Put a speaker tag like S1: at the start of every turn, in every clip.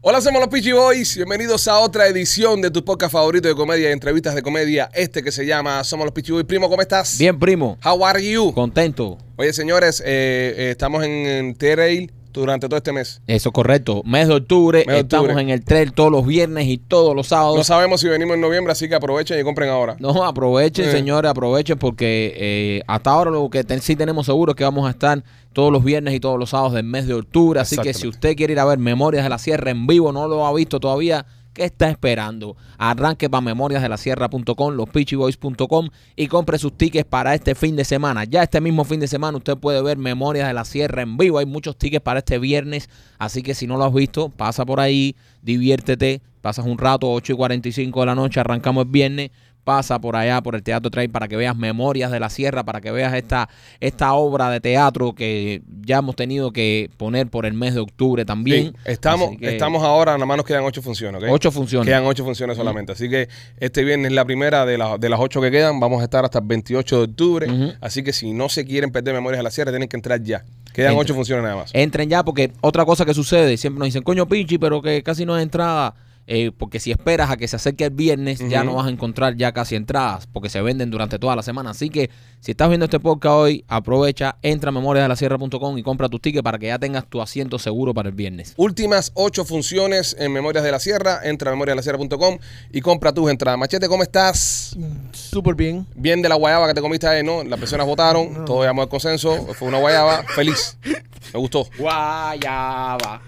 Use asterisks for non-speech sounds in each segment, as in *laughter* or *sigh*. S1: Hola, somos los Peachy Boys. Bienvenidos a otra edición de tu podcast favorito de comedia y entrevistas de comedia. Este que se llama Somos los Peachy Boys. Primo, ¿cómo estás?
S2: Bien, primo.
S1: How are you?
S2: Contento.
S1: Oye, señores, eh, eh, estamos en, en T-Rail durante todo este mes.
S2: Eso es correcto. Mes de octubre.
S1: Mes de
S2: estamos
S1: octubre.
S2: en el trail todos los viernes y todos los
S1: No
S2: sábados.
S1: sabemos si venimos en noviembre, así que aprovechen y compren ahora.
S2: No, aprovechen,
S1: Eh.
S2: señores, aprovechen porque eh, hasta ahora lo que ten- sí tenemos seguro es que vamos a estar todos los viernes y todos los sábados del mes de octubre. Así que si
S1: Exactamente.
S2: usted quiere ir a ver Memorias de la Sierra en vivo, no lo ha visto todavía, ¿qué está esperando? Arranque para memoriasdelasierra.com, lospitchyboys.com y compre sus tickets para este fin de semana. Ya este mismo fin de semana usted puede ver Memorias de la Sierra en vivo. Hay muchos tickets para este viernes, así que si no lo has visto, pasa por ahí, diviértete, pasas un rato, 8 y 45 de la noche, arrancamos el viernes. Pasa por allá, por el Teatro Trail, para que veas Memorias de la Sierra, para que veas esta, esta obra de teatro que ya hemos tenido que poner por el mes de octubre también.
S1: Sí, estamos,
S2: Así que
S1: estamos ahora, nada más nos quedan ocho funciones, ¿ok?
S2: Ocho funciones.
S1: Quedan ocho funciones solamente. Así que este viernes es la primera de, las de las ocho que quedan. Vamos a estar hasta el 28 de octubre.
S2: Ujú.
S1: Así que si no se quieren perder Memorias de la Sierra, tienen que entrar ya. Quedan
S2: Entra.
S1: ocho funciones nada más.
S2: Entren ya, porque otra cosa que sucede, siempre nos dicen, coño, Pichi, pero que casi no hay entrada. eh, porque si esperas a que se acerque el viernes, ya
S1: Ujú.
S2: no vas a encontrar ya casi entradas, porque se venden durante toda la semana. Así que si estás viendo este podcast hoy, aprovecha, entra a memoriasdelasierra.com y compra tus tickets para que ya tengas tu asiento seguro para el viernes.
S1: Últimas ocho funciones en Memorias de la Sierra. Entra a memoriasdelasierra.com y compra tus entradas. Machete, ¿cómo estás?
S3: Súper bien.
S1: Bien de la guayaba que te comiste ahí, ¿no? Las personas votaron, todos llamamos al consenso. Fue una guayaba feliz. Me gustó.
S2: Guayaba,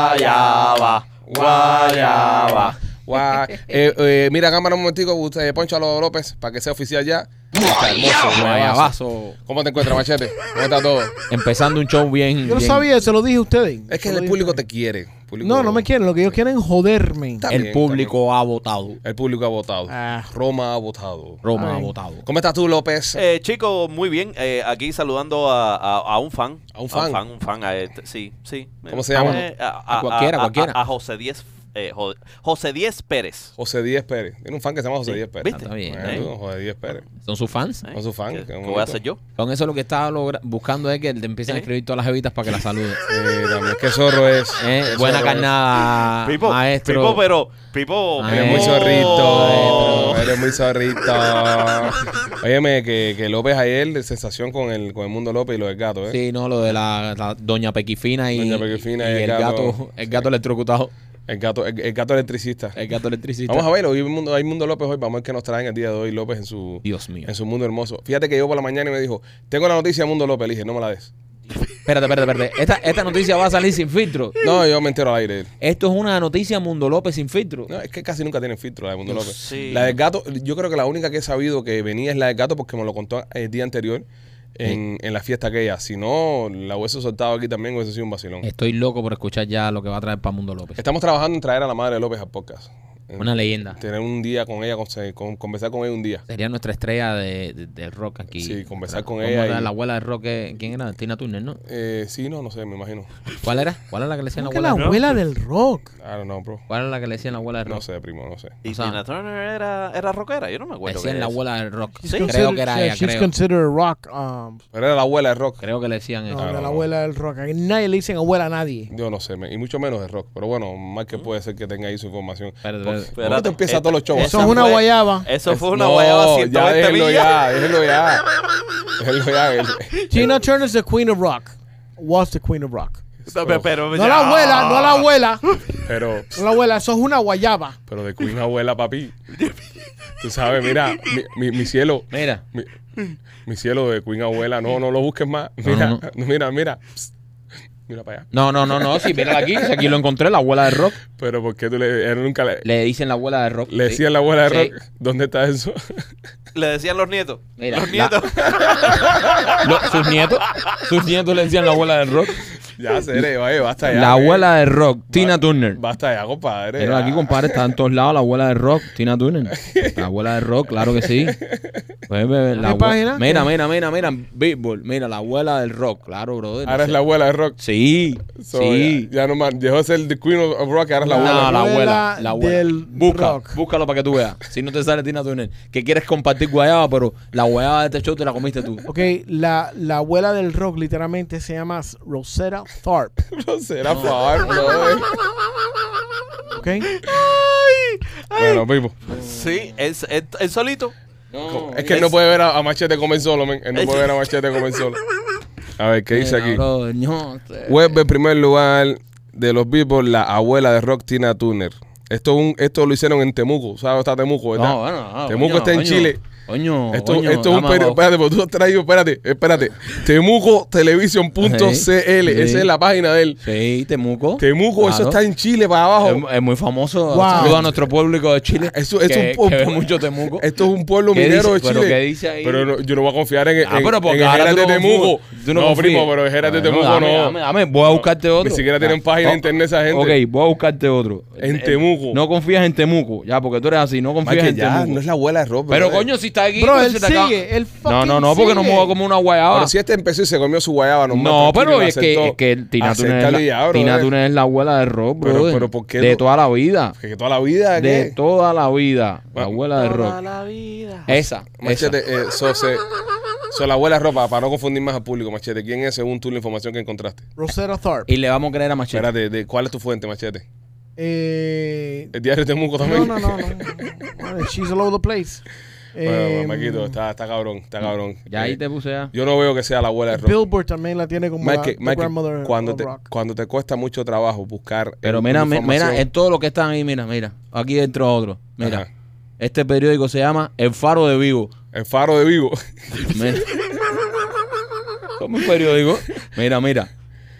S3: guayaba, guayaba.
S1: Guay- eh, eh, mira, cámara un momentico, usted, Poncho Aló López, para que sea oficial ya. Está hermoso, guayabazo.
S2: Guayabazo.
S1: ¿Cómo te encuentras, Machete? ¿Cómo está todo?
S2: Empezando un show bien.
S3: Yo lo
S2: bien.
S3: sabía, se lo dije a ustedes.
S1: Es que
S3: Se lo
S1: el
S3: dije a
S1: público
S3: ustedes.
S1: te quiere. El público-
S3: No, no me quieren. Lo que ellos quieren es joderme.
S1: Está
S2: El
S1: bien,
S2: público ha votado.
S1: El público ha votado.
S3: Ah.
S1: Roma ha votado.
S2: Roma ha
S3: Ay.
S2: votado.
S1: ¿Cómo estás tú, López?
S4: Eh, chicos, muy bien. Eh, aquí saludando a, a- a un fan.
S1: A un fan.
S4: un fan, un fan, a este- sí, sí.
S1: ¿Cómo se llama?
S4: Eh,
S2: A cualquiera, cualquiera.
S4: A, a José Díez, eh, Jo- José Díez Pérez.
S1: José Díez Pérez. Tiene un fan que se llama José
S4: Sí,
S1: Díez Pérez.
S4: ¿viste?
S2: Ah, está bien,
S1: Bueno,
S4: ¿eh?
S1: tú, José Díez Pérez.
S2: ¿Son sus fans?
S4: ¿Eh?
S1: Con su fan,
S4: ¿Qué,
S1: qué
S4: qué voy
S1: bonito.
S4: a hacer yo?
S2: Con eso lo que estaba logra- buscando es que te empiecen a
S4: ¿Eh?
S2: escribir todas las evitas para que las
S3: *laughs*
S2: salude.
S1: Eh, también, qué zorro es.
S2: Eh,
S1: Qué
S2: Buena
S1: zorro es.
S2: carnada,
S4: Pipo,
S2: Ah, maestro.
S4: Pipo, pero. Pipo.
S2: Ah,
S4: Pipo.
S1: Eres muy
S2: Maestro.
S1: zorrito,
S2: Maestro.
S1: eres muy zorrito. Óyeme, que, que López ayer de sensación con el, con el mundo López y los del gato, ¿eh?
S2: Sí, no, lo de la, la doña Pequifina y,
S1: Doña Pequifina
S2: y el, gato, el gato electrocutado,
S1: El gato, el, el gato electricista.
S2: el gato electricista.
S1: Vamos a ver, hoy hay mundo, hay mundo López hoy, vamos a ver qué nos traen el día de hoy López en su,
S2: Dios mío.
S1: en su mundo hermoso. Fíjate que yo por la mañana y me dijo, tengo la noticia de Mundo López, le dije, no me la des.
S2: Espérate, espérate, espérate. Esta, esta noticia va a salir sin filtro.
S1: No, yo me entero al aire.
S2: Esto es una noticia Mundo López sin filtro.
S1: No, es que casi nunca tienen filtro la de Mundo
S2: Yo
S1: López.
S4: sí.
S1: La del gato, yo creo que la única que he sabido que venía es la del gato porque me lo contó eh, el día anterior en, en la fiesta aquella. Si no, la hubiese soltado aquí también, hubiese sido un vacilón.
S2: Estoy loco por escuchar ya lo que va a traer para Mundo López.
S1: Estamos trabajando en traer a la madre de López al podcast. En
S2: Una leyenda.
S1: Tener un día con ella, con, con- conversar con ella un día.
S2: Sería nuestra estrella de, de- del rock aquí.
S1: Sí, conversar con
S2: ¿Cómo
S1: ella
S2: era
S1: y-
S2: La abuela del rock, eh, ¿quién era? Tina Turner, ¿no?
S1: Eh, sí, no, no sé, me imagino.
S2: ¿Cuál era? ¿Cuál era la que le decían la
S3: ¿Cómo que la
S2: abuela? del rock?
S3: abuela del rock.
S1: I don't know, bro.
S2: ¿Cuál era la que le decían la abuela del rock?
S1: No sé, primo, no sé.
S4: Y
S2: o sea-
S4: Tina Turner era, era rockera, yo no me
S2: Le
S4: acuerdo.
S2: decían
S4: qué
S2: la
S4: es.
S2: abuela del rock.
S4: Sí.
S2: Creo que era
S3: Yeah,
S2: ella,
S3: she's
S2: creo.
S3: considered a rock. um,
S1: Pero era la abuela de rock.
S2: Creo que le decían eso.
S3: no,
S1: no, no.
S3: la abuela del rock. Aquí nadie le dicen abuela a nadie.
S1: Yo no sé, me- y mucho menos de rock. Pero bueno, más que puede ser que tenga ahí su información.
S2: Espérate, espérate.
S1: ¿Cómo que te empiezan
S4: Esta-
S1: todos los shows?
S4: este, esa
S3: Eso es una
S4: fue-
S3: guayaba.
S4: Eso fue una
S1: No,
S4: guayaba
S1: ya
S4: 120
S1: déjenlo
S4: millas.
S1: ya, déjenlo
S4: *laughs*
S1: ya. Déjenlo ya. el-
S3: Tina Turner's the queen of rock. Was the queen of rock.
S4: Pero, pero-
S3: No la abuela, no la abuela. No
S1: Pero,
S3: la abuela, eso es una guayaba.
S1: pero de Queen abuela, papi. Tú sabes, mira, mi, mi- mi cielo.
S2: Mira,
S1: Mi, mi cielo de Queen abuela. No, no lo busques más. Mira,
S2: No,
S1: *laughs* mira, mira. Psst. Mira para allá.
S2: no, no, no, no, sí, mírala aquí, si aquí lo encontré, la abuela del rock.
S1: Pero ¿por qué tú le, él nunca le,
S2: Le dicen la abuela del rock.
S1: le
S2: Sí.
S1: decías a la abuela de
S2: Sí.
S1: rock? ¿Dónde está eso? *laughs*
S4: Le decían los nietos.
S2: Mira,
S4: los
S2: la-
S4: nietos.
S2: Lo- sus nietos, sus nietos le decían la abuela del rock.
S1: ya, seré, oye, basta ya.
S2: La
S1: oye.
S2: abuela del rock, Tina Turner.
S1: Basta ya, compadre. Ah,
S2: Pero
S1: ya.
S2: aquí, compadre, está en todos lados la abuela del rock, Tina Turner. La abuela del rock, claro que sí. Pues, bebé, la
S3: ¿Qué
S2: abue-
S3: página?
S2: Mira, mira, mira, mira, Billboard, mira, la abuela del rock, claro, brother.
S1: Ahora es la abuela de rock.
S2: Sí,
S1: So,
S2: sí.
S1: Ya, ya no más. Dejó de ser The Queen of Rock, ahora es la
S2: No,
S1: abuela. de rock.
S2: la abuela, la
S3: abuela
S2: abuela.
S3: del
S2: Busca,
S3: rock.
S2: búscalo para que tú veas. Si no te sale Tina Turner, que quieres compartir guayaba, pero la guayaba de este show te la comiste tú.
S3: Ok, la, la abuela del rock literalmente se llama Rosetta Tharp.
S1: eh. No será favor, brother.
S3: ¿ok?
S1: Bueno, Pipo.
S4: Sí, es, es, es solito.
S1: Es que él no puede ver a, a Machete comer solo, men. Él no puede ver a Machete comer solo. A ver, ¿qué dice aquí?
S5: Bro, no sé.
S1: Web en primer lugar de los Beatles, la abuela de Rock, Tina Turner. Esto, es un, esto lo hicieron en Temuco, ¿sabes? Está Temuco, ¿verdad?
S2: No, bueno, no,
S1: Temuco
S2: coño,
S1: está en
S2: coño.
S1: Chile.
S2: Coño,
S1: Esto,
S2: coño,
S1: esto es un
S2: ama,
S1: periódico.
S2: va.
S1: Espérate, porque tú has traído, espérate, espérate. Temucotelevisión.cl,
S2: Sí, sí.
S1: esa es la página de él.
S2: Sí, Temuco.
S1: Temuco, eso
S2: Claro. Em-
S1: está en Chile para abajo.
S2: Es, es muy famoso.
S3: Wow.
S2: Saludo a nuestro público de Chile.
S1: Oh. Eso- eso
S2: que,
S1: es un- Este,
S2: que ve mucho Temuco.
S1: Esto es un pueblo
S2: ¿Qué
S1: minero
S2: dice?
S1: de Chile.
S2: ¿Pero qué dice ahí?
S1: Pero no- yo no voy a confiar en,
S2: Ah,
S1: en-
S2: pero porque
S1: en
S2: ahora
S1: Jerez
S2: tú
S1: de
S2: no
S1: Temuco.
S2: confías.
S1: No,
S2: Tú no confías.
S1: primo, pero Jerez de
S2: Bueno,
S1: Temuco
S2: dame,
S1: no.
S2: Dame, dame, voy a buscarte otro.
S1: Ni siquiera tienen
S2: Ah,
S1: página de
S2: oh,
S1: internet esa gente.
S2: Ok, voy a buscarte otro.
S1: En
S2: Eh,
S1: Temuco.
S2: No confías en Temuco, ya, porque tú eres así, no confías
S1: Michael,
S2: en
S1: ya,
S2: Temuco.
S1: no eh, es la abuela de Robert.
S2: Pero
S1: brother.
S2: coño, si está aquí,
S3: Bro,
S2: pues,
S3: él
S2: se te acaba-
S3: sigue, él
S2: No, no, no,
S3: fucking
S2: porque no me voy a
S3: sigue.
S2: comer una guayaba.
S1: Pero si este empezó y se comió su guayaba normal.
S2: ah. no,
S1: tranquilo,
S2: pero
S1: y
S2: es que,
S1: aceptó.
S2: es que Tina Turner es
S1: Acéptalo
S2: la,
S1: y ya,
S2: Tina
S1: brother.
S2: Turner es la abuela de rock,
S1: eh. Pero-
S2: bro.
S1: pero ¿por qué
S2: de
S1: no?
S2: toda la vida.
S1: Que toda la vida.
S2: De
S1: ¿qué?
S2: toda la vida. La
S1: Bueno.
S2: abuela de rock. Esa. esa.
S1: Machete, eh, so, se- so, la abuela de ropa, para no confundir más al público, Machete. ¿Quién es según tú la información que encontraste?
S3: Rosetta Tharp.
S2: Y le vamos a creer a Machete.
S1: Espérate, de, ¿cuál es tu fuente, Machete?
S3: Eh,
S1: ¿El diario de Temuco
S3: no,
S1: también? *laughs*
S3: no, no, no. no. She's all over the place.
S1: Bueno,
S3: Em,
S1: Maquito, está, está cabrón, está cabrón.
S2: Ya ahí
S1: Eh,
S2: te puse a.
S1: Yo no veo que sea la abuela de ropa.
S3: Billboard también la tiene como la-
S1: Mike,
S3: the
S1: Mike,
S3: grandmother
S1: cuando,
S3: of
S1: te,
S3: rock.
S1: cuando te cuesta mucho trabajo buscar.
S2: Pero
S1: eh,
S2: mira, mi-
S1: información-
S2: mira, en todo lo que están ahí, mira, mira. Aquí entró otro. Mira.
S1: Ajá.
S2: Este periódico se llama El Faro
S1: *laughs*
S2: de Vigo.
S1: el faro de vivo.
S2: Mira. Como un periódico. Mira, mira.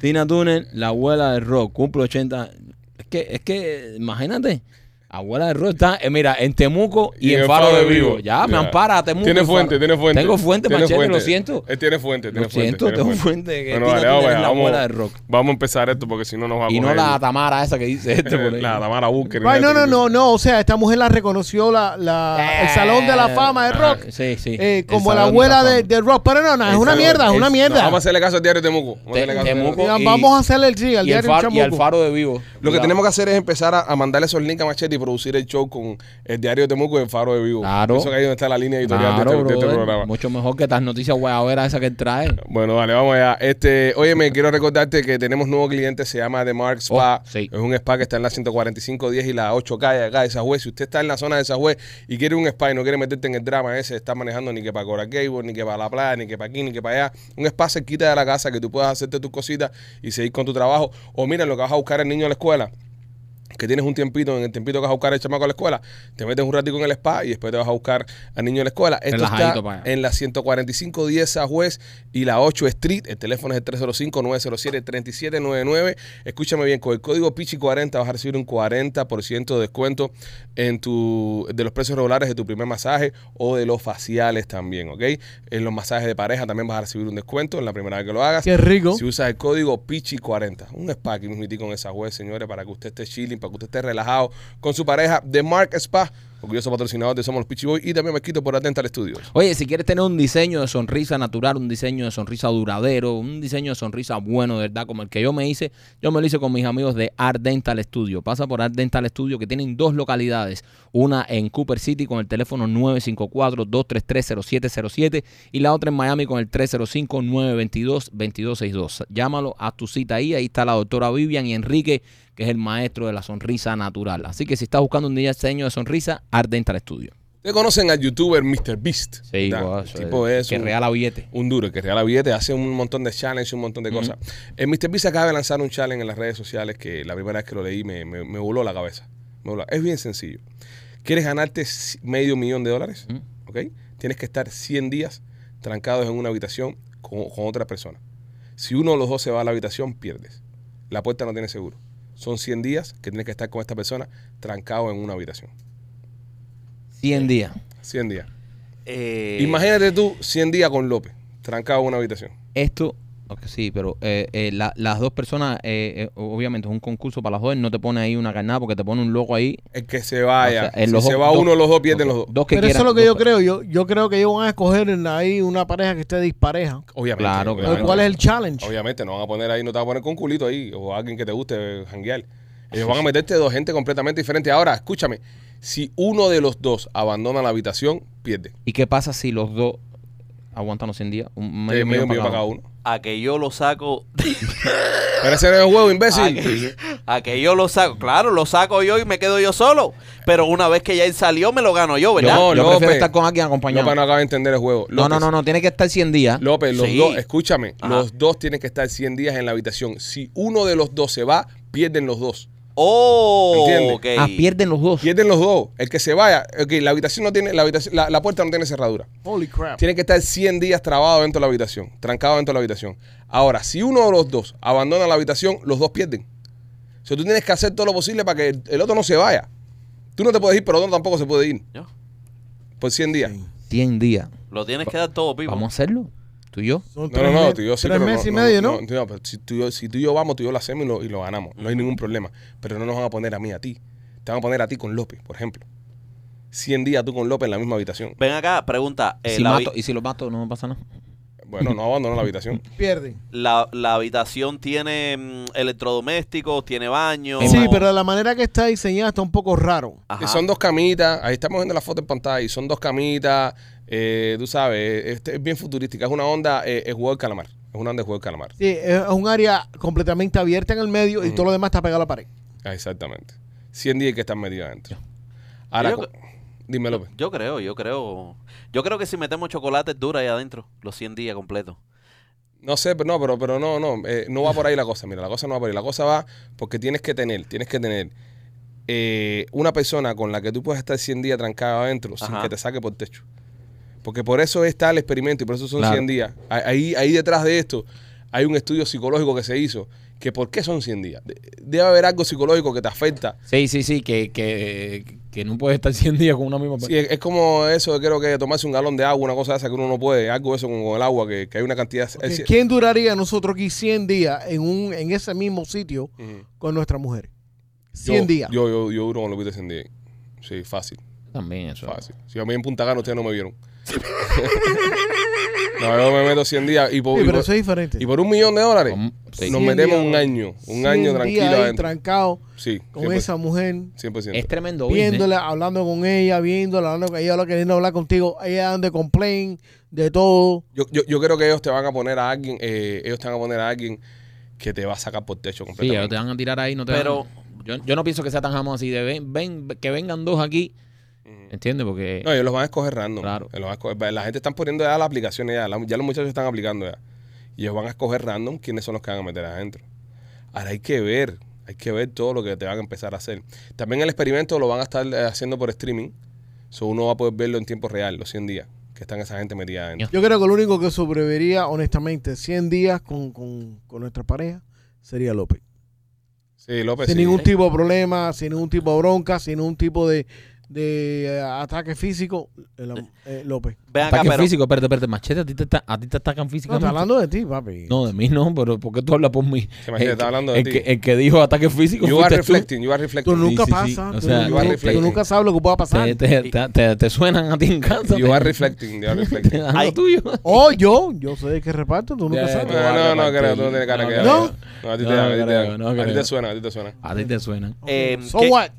S2: Tina Turner, la abuela de rock, cumple 80. Es que, es que, imagínate. Abuela de rock está, eh, mira, en Temuco y, en Faro, de Vigo. Ya, me
S1: Ya.
S2: ampara Temuco. y
S1: Tiene
S2: Faro.
S1: fuente, tiene fuente.
S2: Tengo fuente,
S1: Tiene
S2: machete, lo
S1: fuente. Este
S2: siento.
S1: Él tiene fuente, tiene
S2: Lo
S1: fuente.
S2: siento,
S1: tiene
S2: tengo fuente que
S1: Bueno,
S2: Tina
S1: dale,
S2: Turner
S1: vamos,
S2: es la
S1: vamos-
S2: abuela del rock.
S1: Vamos a empezar esto porque si no nos va a
S2: Y no
S1: coger-
S2: la Tamara esa que dice
S1: *laughs*
S2: este por ahí.
S1: la Tamara Booker.
S3: Right, no, no, no, no. O sea, esta mujer la reconoció la, la- el Salón de la Fama de rock.
S2: Eh, ah, Sí, sí.
S3: eh,
S2: El
S3: como la
S2: Salón
S3: abuela
S2: la
S3: de,
S2: Fama.
S3: de rock. Pero no, no, es
S1: El
S3: una
S1: Salón-
S3: mierda, es una
S1: es-
S3: mierda.
S1: vamos a hacerle caso al diario de Temuco. Vamos a hacerle
S2: Te-
S1: caso al diario de
S2: Temuco.
S1: Temuco.
S3: Digan,
S2: y-
S3: vamos a hacerle el sí,
S2: Y
S3: al
S2: el,
S3: diario
S2: faro, y el
S3: Chamuco.
S2: faro de vivo.
S1: Lo que
S2: Cuidado.
S1: tenemos que hacer es empezar a, a mandarle esos links a Machete y producir el show con el diario de Temuco y el Faro de Vivo.
S2: Claro.
S1: Eso que ahí donde está la línea editorial de,
S2: Claro,
S1: este, de este
S2: brother.
S1: programa.
S2: Mucho mejor que estas noticias guayaberas esas que él trae.
S1: Bueno, vale, vamos allá. Este, oye, me quiero recordarte que tenemos nuevo cliente, se llama The Mark Spa.
S2: Oh, sí.
S1: Es un spa que está en la 14510 y la 8 calle acá de Sajue. Si usted está en la zona de Sajue y quiere un spa y no quiere meterte en el drama ese, está manejando ni que para Cora Gable, ni que para la playa, ni que para aquí, ni que para allá. Un spa cerquita de la casa que tú puedas hacerte tus cositas y seguir con tu trabajo. O mira, lo que vas a buscar el niño a la escuela que tienes un tiempito, en el tiempito que vas a buscar al chamaco a la escuela, te metes un ratico en el spa y después te vas a buscar al niño a la escuela. Esto
S2: Relajadito
S1: está
S2: para allá.
S1: en la 14510 a juez y la 8 Street. El teléfono es el 305-907-3799. Escúchame bien, con el código PICHI40 vas a recibir un 40% de descuento en tu, de los precios regulares de tu primer masaje o de los faciales también, ¿ok? En los masajes de pareja también vas a recibir un descuento en la primera vez que lo hagas.
S3: Qué rico.
S1: Si usas el código PICHI40, un spa aquí mismitico en esa web, señores, para que usted esté chilling, para que usted esté relajado con su pareja de Mark Spa, orgulloso patrocinador de Somos los Pichi Boys y también me quito por Atental Studios.
S2: Oye, si quieres tener un diseño de sonrisa natural, un diseño de sonrisa duradero, un diseño de sonrisa bueno, de verdad, como el que yo me hice, yo me lo hice con mis amigos de Art Dental Studio. Pasa por Art Dental Studio, que tienen dos localidades, una en Cooper City con el teléfono 954-233-0707 y la otra en Miami con el 305-922-2262. Llámalo, haz tu cita ahí, ahí está la doctora Vivian y Enrique, que es el maestro de la sonrisa natural. Así que si estás buscando un diseño de sonrisa, Art Dental Studio.
S1: Ustedes conocen al youtuber Mr. Beast.
S2: Sí,
S1: ¿verdad?
S2: guau,
S1: El
S2: eso
S1: tipo es
S2: que
S1: un-
S2: regala billete.
S1: un duro, que regala billetes, hace un montón de challenges, un montón de cosas. El Mr. Beast acaba de lanzar un challenge en las redes sociales que la primera vez que lo leí me, me- me voló la cabeza. Me voló. Es bien sencillo. ¿Quieres ganarte c- medio millón de dólares? ¿Ok? Tienes que estar 100 días trancados en una habitación con, con otra persona. Si uno de los dos se va a la habitación, pierdes. La puerta no tiene seguro. Son 100 días que tienes que estar con esta persona trancado en una habitación.
S2: 100 días.
S1: 100 días.
S4: Eh,
S1: Imagínate tú 100 días con López, trancado en una habitación.
S2: Esto, ok, sí, pero eh, eh, la- las dos personas, eh, eh, obviamente es un concurso para las dos, él no te pone ahí una carnada porque te pone un loco ahí.
S1: El que se vaya.
S2: O sea, en
S1: Ah, si
S2: los
S1: se
S2: dos-
S1: va
S2: dos-
S1: uno, los dos pierden
S2: ok,
S1: los dos.
S2: Dos que
S3: Pero eso es
S2: quieran,
S3: lo que
S2: dos
S3: yo
S2: per-
S3: creo. Yo, yo creo que ellos van a escoger en ahí una pareja que esté dispareja.
S1: Obviamente.
S2: Claro,
S1: obviamente.
S2: claro.
S3: ¿Cuál es el challenge?
S1: Obviamente, no van a poner ahí, no te van a poner con culito ahí o alguien que te guste eh, janguear. Ellos van a meterte dos gente completamente diferente. Ahora, escúchame, si uno de los dos abandona la habitación, pierde.
S2: ¿Y qué pasa si los dos aguantan los 100 días? Un
S1: Medio, medio,
S2: millón
S1: medio para cada uno.
S4: a que yo lo saco
S1: Pero ese no es huevo, imbécil.
S4: Aquello, aquello lo saco. Claro, lo saco yo y me quedo yo solo. Pero una vez que ya él salió, me lo gano yo, ¿verdad?
S1: No,
S2: yo prefiero
S1: López.
S2: estar con alguien
S1: No,
S2: acompañado.
S1: para no acaba de entender el juego.
S2: No, no,
S1: López,
S2: no, no, tiene que estar 100 días.
S1: López, los
S4: Sí.
S1: dos, escúchame,
S4: Ajá.
S1: los dos tienen que estar 100 días en la habitación. Si uno de los dos se va, pierden los dos.
S4: Oh,
S1: Entiende.
S4: ok.
S2: Ah, pierden los dos.
S1: Pierden los dos. El que se vaya, ok, la habitación no tiene, la, habitación, la, la puerta no tiene cerradura.
S3: Holy crap.
S1: Tiene que estar 100 días trabado dentro de la habitación, trancado dentro de la habitación. Ahora, si uno de los dos abandona la habitación, los dos pierden. O sea, tú tienes que hacer todo lo posible para que el, el otro no se vaya. Tú no te puedes ir, pero el otro tampoco se puede ir
S4: Yo,
S1: por 100 días.
S2: 100 días.
S4: Lo tienes que dar todo vivo.
S2: Vamos a hacerlo. Tú y yo.
S3: Son
S1: No, no, no,
S3: mes-
S1: tú y yo sí,
S3: tres
S1: pero
S3: meses y medio, ¿no?
S1: pero si, tú y yo, si tú y yo vamos, tú y yo lo hacemos y lo, y lo ganamos. No hay ningún problema. Pero no nos van a poner a mí, a ti. Te van a poner a ti con López, por ejemplo. 100 días tú con López en la misma habitación.
S4: Ven acá, pregunta. eh,
S2: Si
S4: la,
S2: mato-
S4: habi-
S2: y si lo mato, no me pasa nada.
S1: Bueno, no abandonó la habitación.
S3: Pierden.
S4: la- la habitación tiene mm, electrodomésticos, tiene baño.
S3: Sí, pero de la manera que está diseñada está un poco raro.
S4: Ajá.
S1: Son dos camitas. Ahí estamos viendo la foto en pantalla. Y son dos camitas. eh, tú sabes, este es bien futurística. Es una onda, eh, es juego del calamar. Es una onda de juego del calamar.
S3: Sí, es es un área completamente abierta en el medio y todo
S1: Mm.
S3: lo demás está pegado a la pared.
S1: Ah, Exactamente. 100 días que están metidos adentro. Ahora,
S4: Yo-
S1: co- dime López.
S4: Yo creo, yo creo. Yo creo que si metemos chocolates dura ahí adentro, los 100 días completos.
S1: No sé, pero no, pero, pero no, no, eh, no va por ahí la cosa. Mira, la cosa no va por ahí. La cosa va porque tienes que tener, tienes que tener eh, una persona con la que tú puedes estar 100 días trancado adentro sin
S4: Ajá.
S1: que te saque por techo. Porque por eso está el experimento y por eso son
S2: Claro.
S1: 100 días. A- Ahí, ahí detrás de esto hay un estudio psicológico que se hizo que por qué son 100 días. De- Debe haber algo psicológico que te afecta.
S2: Sí, sí, sí, que, que, que no puedes estar *laughs* 100 días con una misma
S1: Sí, es, es como eso, de creo que tomarse un galón de agua, una cosa de esa que uno no puede, algo de eso con, con el agua, que, que hay una cantidad...
S3: Porque
S1: es-
S3: ¿Quién duraría nosotros aquí 100 días en un en ese mismo sitio
S1: Ujú.
S3: con nuestra mujer?
S1: Yo-
S3: 100 días.
S1: Yo, yo, yo duro con Lupita 100 días. Sí, fácil,
S2: También eso.
S1: fácil. Si a mí en Punta Cana ustedes no me
S3: *laughs*
S1: vieron. no, yo me meto 100 días y por,
S3: sí,
S1: y
S3: pero
S1: por,
S3: eso es diferente.
S1: y por un millón de dólares
S2: Con- sí.
S1: nos
S3: 100
S1: metemos
S3: días,
S1: un año, un
S3: 100
S1: año
S3: días
S1: tranquilo
S3: ahí,
S1: adentro.
S3: trancado
S1: Sí, pues.
S3: con esa mujer,
S1: 100%.
S2: Es tremendo. business.
S3: viéndola, hablando con ella, viéndola, hablando con ella, hablando- queriendo hablar contigo, ella donde complain de todo.
S1: Yo, yo, yo creo que ellos te van a poner a alguien, eh, ellos te van a poner a alguien que te va a sacar por techo
S2: Sí, ellos te
S1: completamente.
S2: van a tirar ahí, no te
S4: Pero-
S2: *laughs* van a- yo, yo no pienso que sea tan jamón así de ven, ven, que vengan dos aquí. ¿Entiendes? Porque
S1: no, ellos los van a escoger random.
S2: Claro.
S1: Ellos los van a escoger- la gente están poniendo ya las aplicaciones, ya, la- ya los muchachos están aplicando ya. Y ellos van a escoger random quiénes son los que van a meter adentro. Ahora hay que ver, hay que ver todo lo que te van a empezar a hacer. También el experimento lo van a estar eh, haciendo por streaming. So uno va a poder verlo en tiempo real, los 100 días que están esa gente metida adentro.
S3: Yo creo que lo único que sobreviviría, honestamente, 100 días con, con, con nuestra pareja sería López.
S1: Sí, López.
S3: sin
S1: Pues sí.
S3: ningún tipo de problema, sin ningún tipo de bronca, sin ningún tipo de, de, eh, ataque físico, el am- eh, López.
S4: Ven acá,
S2: ataque
S4: pero.
S2: físico, espérate, espérate, machete, a ti te, ata- a ti te atacan
S3: No, está
S2: físicamente. No,
S3: hablando de ti, papi.
S2: de mí no, pero ¿por qué tú hablas por mí?
S1: Sí, machete,
S2: El
S1: está
S2: que-
S1: hablando de
S2: el
S1: ti.
S2: Que, el que dijo ataque físico
S1: You are
S2: fuiste tú.
S1: reflecting, you are reflecting.
S3: tú nunca
S2: sí, sí,
S3: pasas,
S2: o
S3: tú,
S2: sea, este
S3: nunca-
S1: you are
S3: tú
S1: reflecting.
S3: nunca sabes lo que pueda pasar.
S2: Te, te- te- te- te suenan a ti en casa.
S1: You
S2: te-
S1: are reflecting, you are
S2: te *laughs*
S1: reflecting.
S2: dan lo
S4: Ay.
S2: tuyo.
S3: O Oh, yo, yo sé de qué reparto, tú nunca
S2: Ya,
S1: Eh,
S3: sabes.
S2: ya,
S1: No, no, no, creo, tú no tienes cara
S2: No,
S1: que
S3: creo.
S1: No, a ti te
S2: No,
S1: dan, a ti te
S2: creo,
S1: dan.
S2: no
S1: A ti te
S2: creo.
S1: suena, a ti te suena.
S2: A ti te suenan.
S4: eh,
S3: so
S4: ¿qué-
S3: what?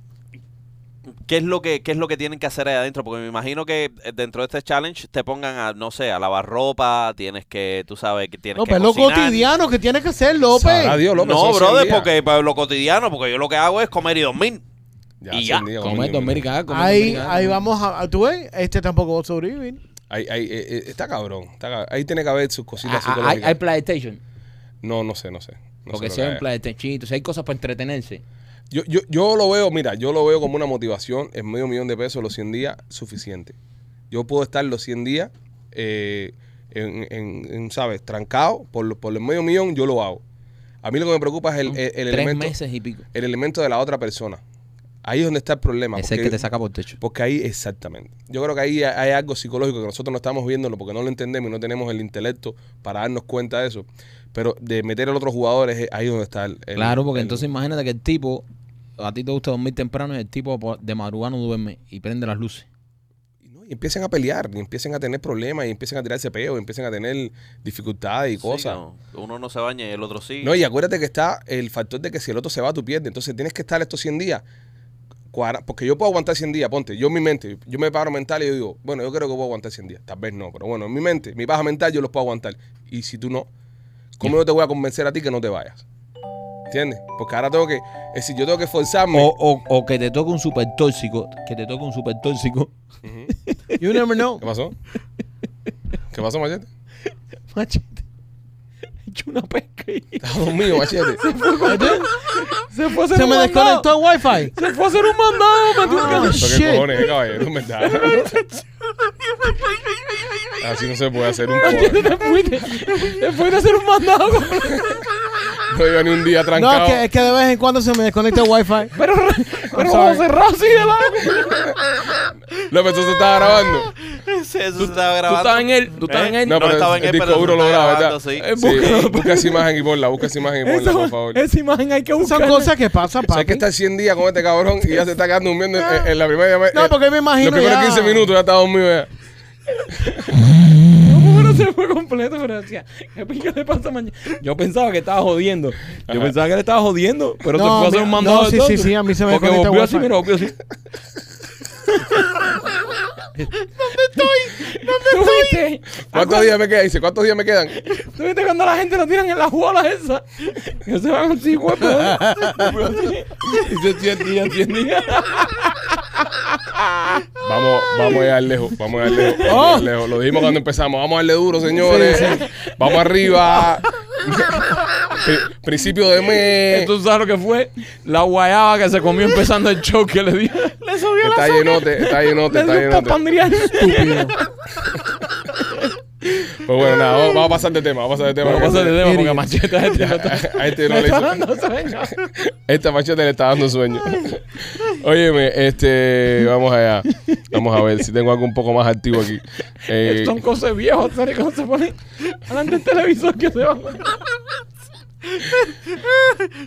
S4: ¿Qué es lo que qué es lo que tienen que hacer ahí adentro? Porque me imagino que eh, dentro de este challenge te pongan a no sé a lavar ropa, tienes que tú sabes que tienes
S3: López,
S4: que
S3: pues lo
S4: cocinar.
S3: cotidiano que tienes que hacer, López.
S1: Adiós, López.
S4: no,
S1: son 100
S4: brother,
S1: días.
S4: porque para lo cotidiano, porque yo lo que hago es comer y dormir. y
S1: 100
S4: ya.
S1: días,
S2: Come
S1: coño, mira.
S2: América, come
S3: Ahí,
S2: Dominicana.
S3: ahí vamos a, a- tú ves, este tampoco va a sobrevivir.
S1: Ahí, ahí, eh, eh, está cabrón. está cabrón. Ahí tiene que haber sus cositas
S2: Ah, ah, Hay,
S1: psicológicas.
S2: hay PlayStation.
S1: no, no sé, no sé. No sé lo
S2: Porque si
S1: que
S2: hay un
S1: haya.
S2: PlayStation, si hay cosas para entretenerse.
S1: yo, yo, yo lo veo, mira, yo lo veo como una motivación. Es medio millón de pesos los 100 días suficiente. Yo puedo estar los 100 días, eh, en, en- en, ¿sabes? Trancado por, lo- por el medio millón, yo lo hago. A mí lo que me preocupa es el, el- el
S2: Tres
S1: elemento,
S2: meses y pico.
S1: el elemento de la otra persona. Ahí es donde está el problema.
S2: Ese es el que
S1: Ah, porque-
S2: te saca por techo.
S1: Porque ahí, exactamente. Yo creo que ahí hay algo psicológico que nosotros no estamos viéndolo porque no lo entendemos y no tenemos el intelecto para darnos cuenta de eso. Pero de meter al otro jugador es ahí donde está el. el-
S2: Claro, porque
S1: el-
S2: entonces imagínate que el tipo, a ti te gusta dormir temprano y el tipo po- de madrugada no duerme y prende las luces.
S1: Y, no, y empiezan a pelear, y empiezan a tener problemas, y empiezan a tirarse peo, y empiezan a tener dificultades y
S4: Sí,
S1: cosas. no.
S4: no, uno no se baña y el otro sí.
S1: y acuérdate que está el factor de que si el otro se va, tú pierdes. Entonces tienes que estar estos 100 días. cuadra- Porque yo puedo aguantar 100 días, ponte, yo en mi mente, yo me paro mental y yo digo, bueno, yo creo que puedo aguantar 100 días, tal vez no, pero bueno, en mi mente, mi paja mental yo los puedo aguantar. Y si tú no, ¿cómo yo te voy a convencer a ti que no te vayas? ¿Entiendes? Porque ahora tengo que. Es decir, yo tengo que forzarme.
S2: O, o- o que te toque un super tóxico, que te toque un super tóxico. *laughs*
S1: Ujú.
S3: You never know.
S1: *laughs* ¿Qué pasó? ¿Qué pasó, Machete?
S2: Machete. He hecho una pesca y
S1: Estás dormido, Machete.
S2: se fue a hacer
S3: Se
S2: un
S3: me
S2: mandado.
S3: desconectó el wifi.
S2: Se fue a hacer un mandado. me tuve que- *laughs*
S3: Ah,
S1: Eso
S3: shit.
S1: qué cojones, eh, caballero, en verdad. Así no se puede hacer un
S2: Machete,
S1: podcast.
S2: te fuiste. Te fuiste a hacer un mandado.
S1: No lleva ni un día
S3: No, es
S1: trancado.
S3: que, es que de vez en cuando se me desconecta el wifi.
S2: Pero,
S3: I'm
S2: *laughs* pero
S3: sorry.
S2: como cerrado así de lado.
S1: López, tú estaba grabando.
S4: *laughs* Sí, eso se estaba
S2: Tú
S4: grabando.
S2: estabas en él. Tú estabas en él.
S4: No, pero estaba en
S1: el
S4: él,
S1: disco
S4: pero
S1: duro
S4: se
S1: lo
S4: está
S1: graba, ¿verdad?
S4: grabando,
S1: Sí.
S4: sí.
S2: Eh, busca-
S1: busca esa imagen y ponla, busca esa imagen y ponla, por favor.
S2: Esa, esa imagen hay que buscar.
S3: Son cosas que pasan,
S1: O sea, hay que
S3: papi.
S1: estar 100 días con este cabrón y ya se está quedando durmiendo en, en la primera vez.
S3: No, porque me imagino
S1: Los primeros
S3: ya- Ah,
S1: 15 minutos ya está dormido ya.
S2: Bueno, se fue completo, pero decía, ¿qué pinche le pasa mañana? Yo pensaba que estaba jodiendo. Yo
S1: Ajá.
S2: pensaba que le estaba jodiendo, pero se
S3: No,
S2: fue a hacer
S3: mira,
S2: un mandado.
S3: no, sí,
S2: entonces.
S3: sí, sí, a mí se me este
S2: Porque
S3: desconecta
S2: volvió
S3: el
S2: así,
S3: wifi.
S2: mira, volvió así. ¿Dónde *laughs* estoy? ¿Dónde estoy?
S1: ¿Cuántos días me quedan? Dice, ¿cuántos días me
S3: *laughs*
S1: quedan?
S2: ¿Tú viste cuando la gente lo tiran en las bolas esas? Que se van así, pues. huevo.
S3: *laughs*
S1: Dice 100 días, 100 días. *laughs* Vamos, vamos a llegar lejos, vamos a llegar lejos, vamos
S3: Oh.
S1: a llegar lejos. Lo dijimos cuando empezamos, vamos a darle duro, señores. Vamos
S3: *laughs*
S1: arriba. Pri- Principio de mes.
S2: ¿Tú sabes lo que fue? La guayaba que se comió empezando el show que le dio. Le subió
S1: Está llenote, está llenote,
S2: Le
S1: está
S2: dio un
S1: llenote.
S2: papandrián.
S3: *laughs*
S1: Pues bueno, nada, vamos, vamos a pasar de tema, vamos a pasar de tema.
S2: Pero pasa de tema porque ¿eh? machete a este
S1: Ya,
S2: no está-
S1: *laughs* a este no
S2: me
S1: le hizo-
S2: está dando sueño.
S1: Esta machete le está dando sueño. *laughs* Óyeme, este, vamos allá. Vamos a ver si tengo algo un poco más activo aquí. Eh,
S2: Son cosas viejas, ¿sabes? Cuando se ponen delante del televisor que se va.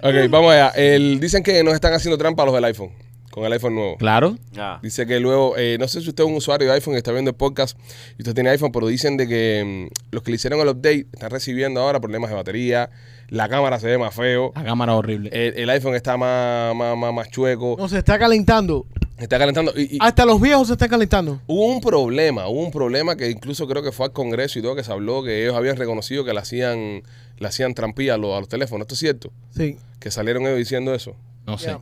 S1: ok, vamos allá. El- dicen que nos están haciendo trampa los del iPhone, con el iPhone nuevo.
S2: Claro.
S4: Ah.
S1: Dice que luego, eh, no sé si usted es un usuario de iPhone y está viendo el podcast y usted tiene iPhone, pero dicen de que mm, los que le hicieron el update están recibiendo ahora problemas de batería, la cámara se ve más feo,
S2: La cámara horrible.
S1: el, el iPhone está más, más, más, más chueco,
S3: No, se está calentando.
S1: está calentando. Y, y-
S2: Ah.
S3: Hasta los viejos se están calentando.
S1: Hubo un problema, hubo un problema que incluso creo que fue al Congreso y todo que se habló que ellos habían reconocido que le hacían, le hacían trampilla a los, a los teléfonos. ¿Esto es cierto?
S3: Sí.
S1: Que salieron ellos diciendo eso.
S2: No sé.
S3: Yeah.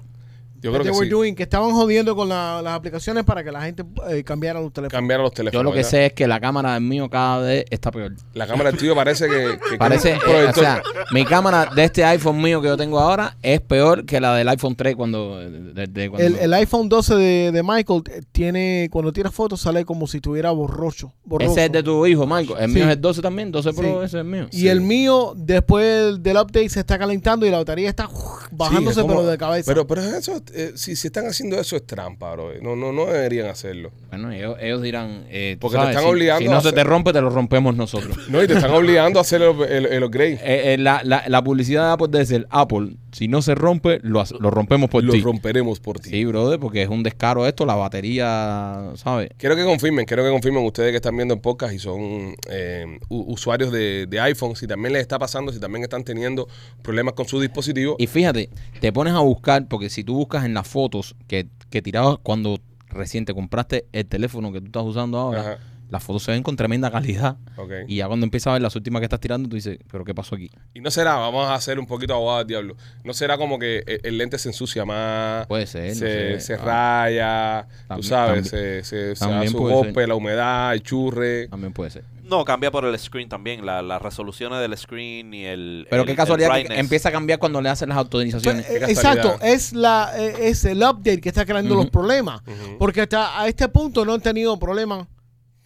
S1: Yo
S3: That
S1: creo que
S3: they were
S1: sí.
S3: doing, que estaban jodiendo con la- las aplicaciones para que la gente eh, cambiara los teléfonos.
S1: Cambiaron los teléfonos.
S2: Yo lo que
S1: ¿verdad?
S2: sé es que la cámara del mío cada vez está peor.
S1: La cámara del tío parece que. que- que
S2: Parece,
S1: un
S2: eh, o
S1: proyector.
S2: sea, mi cámara de este iPhone mío que yo tengo ahora es peor que la del iPhone 3 cuando... de- de- cuando
S3: El, el iPhone 12 de, de Michael eh, tiene, cuando tira fotos, sale como si estuviera borroso. borroso.
S2: Ese es de tu hijo, Marco. El mío es
S3: Sí.
S2: el 12 también, 12 Pro,
S3: Sí.
S2: ese es el mío.
S3: Y el mío, después del update, se está calentando y la batería está uff,
S1: Sí,
S3: bajándose,
S1: es como-
S3: pero de cabeza.
S1: Pero, pero eso, eh, si, si están haciendo eso es trampa, bro. No, no, no deberían hacerlo.
S2: Bueno, ellos, ellos dirán... eh, tú
S1: Porque te están
S2: si-
S1: obligando
S2: Si,
S1: a
S2: no se
S1: hacer-
S2: te rompe, te lo rompemos nosotros.
S1: No, y te
S2: *laughs*
S1: están obligando a hacer el, el, el upgrade.
S2: Eh, eh, la, la, la publicidad de Apple debe ser Apple. Si no se rompe, lo, hace- lo rompemos por
S1: Lo
S2: ti.
S1: romperemos por ti.
S2: Sí, brother, porque es un descaro esto, la batería, ¿sabes?
S1: Quiero que confirmen, quiero que confirmen ustedes que están viendo en podcast y son eh, u- usuarios de, de iPhone, si también les está pasando, si también están teniendo problemas con su dispositivo.
S2: Y fíjate, te pones a buscar, porque si tú buscas en las fotos que, que tirabas cuando recién te compraste el teléfono que tú estás usando ahora,
S1: Ajá.
S2: las fotos se ven con tremenda calidad.
S1: Ok.
S2: Y ya cuando empiezas a ver las últimas que estás tirando, tú dices, ¿pero qué pasó aquí?
S1: Y no será, vamos a hacer un poquito abogado al diablo, no será como que el, el lente se ensucia más,
S2: Puede ser, no
S1: se,
S2: sé.
S1: se
S2: Ah.
S1: raya, tú
S2: También-
S1: sabes, se,
S2: también-
S1: se, se
S2: también
S1: hace un
S2: puede ser.
S1: golpe, la humedad, el churre.
S2: También puede ser.
S4: No, cambia por el screen también. la- Las resoluciones del screen y el.
S2: Pero
S4: el-
S2: qué
S4: el
S2: casualidad que
S4: brightness.
S2: empieza a cambiar cuando le hacen las autorizaciones.
S3: Pues, eh,
S1: qué
S3: exacto,
S1: casualidad.
S3: es, la, eh, es el update que está creando los
S2: Ujú.
S3: problemas.
S1: Ujú.
S3: Porque hasta a este punto no han tenido problemas.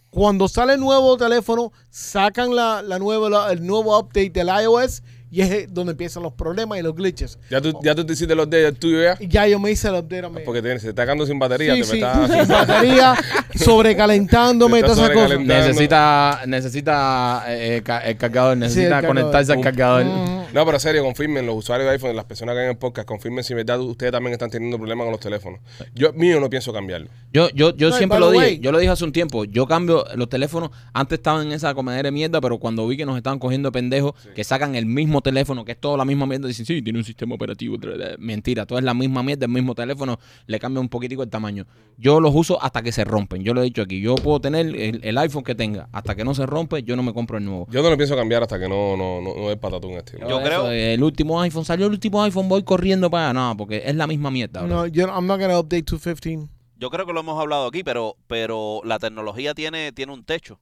S3: Cuando sale el nuevo teléfono, sacan la, la nueva, la- el nuevo update del iOS y es eh, donde empiezan los problemas y los glitches.
S1: Ya tú, ya tú te hiciste los dedos tuyos ya,
S3: Y Ya yo me hice el update a mí.
S1: porque te, se está quedando sin batería,
S3: Sí,
S1: te me
S3: sí,
S1: está-
S2: *laughs*
S3: sin *laughs* batería, sobrecalentándome
S1: *laughs*
S3: y
S1: Te
S3: todas
S1: está
S3: esas cosas.
S1: sobrecalentando.
S2: Necesita, necesita eh, ca- el cargador, necesita
S3: cargador.
S2: conectarse al
S1: Un-
S2: cargador.
S3: Ujú.
S1: No, pero serio, confirmen los usuarios de iPhone, las personas que ven el podcast, confirmen si en verdad ustedes también están teniendo problemas con los teléfonos. Yo mío no pienso cambiarlo.
S2: Yo, yo, yo
S3: No, y
S2: siempre
S3: by
S2: lo
S3: the
S2: dije,
S3: way-
S2: yo lo dije hace un tiempo, yo cambio los teléfonos, antes estaban en esa comedera de mierda, pero cuando vi que nos estaban cogiendo pendejos, que sacan el mismo teléfono, que es toda la misma mierda, dicen, sí, tiene un sistema operativo. tra- tra- Mentira, todo es la misma mierda, el mismo teléfono, le cambia un poquitico el tamaño. Yo los uso hasta que se rompen. Yo lo he dicho aquí, yo puedo tener el, el iPhone que tenga, hasta que no se rompe, yo no me compro el nuevo.
S1: Yo no lo pienso cambiar hasta que no, no, no, no dé patatún este.
S4: Yo
S2: Eso,
S4: creo-
S2: eh, El último iPhone salió, el último iPhone voy corriendo para allá. No, porque es la misma mierda. bro.
S3: No, yo, I'm not gonna update to 15.
S4: Yo creo que lo hemos hablado aquí, pero, pero la tecnología tiene, tiene un techo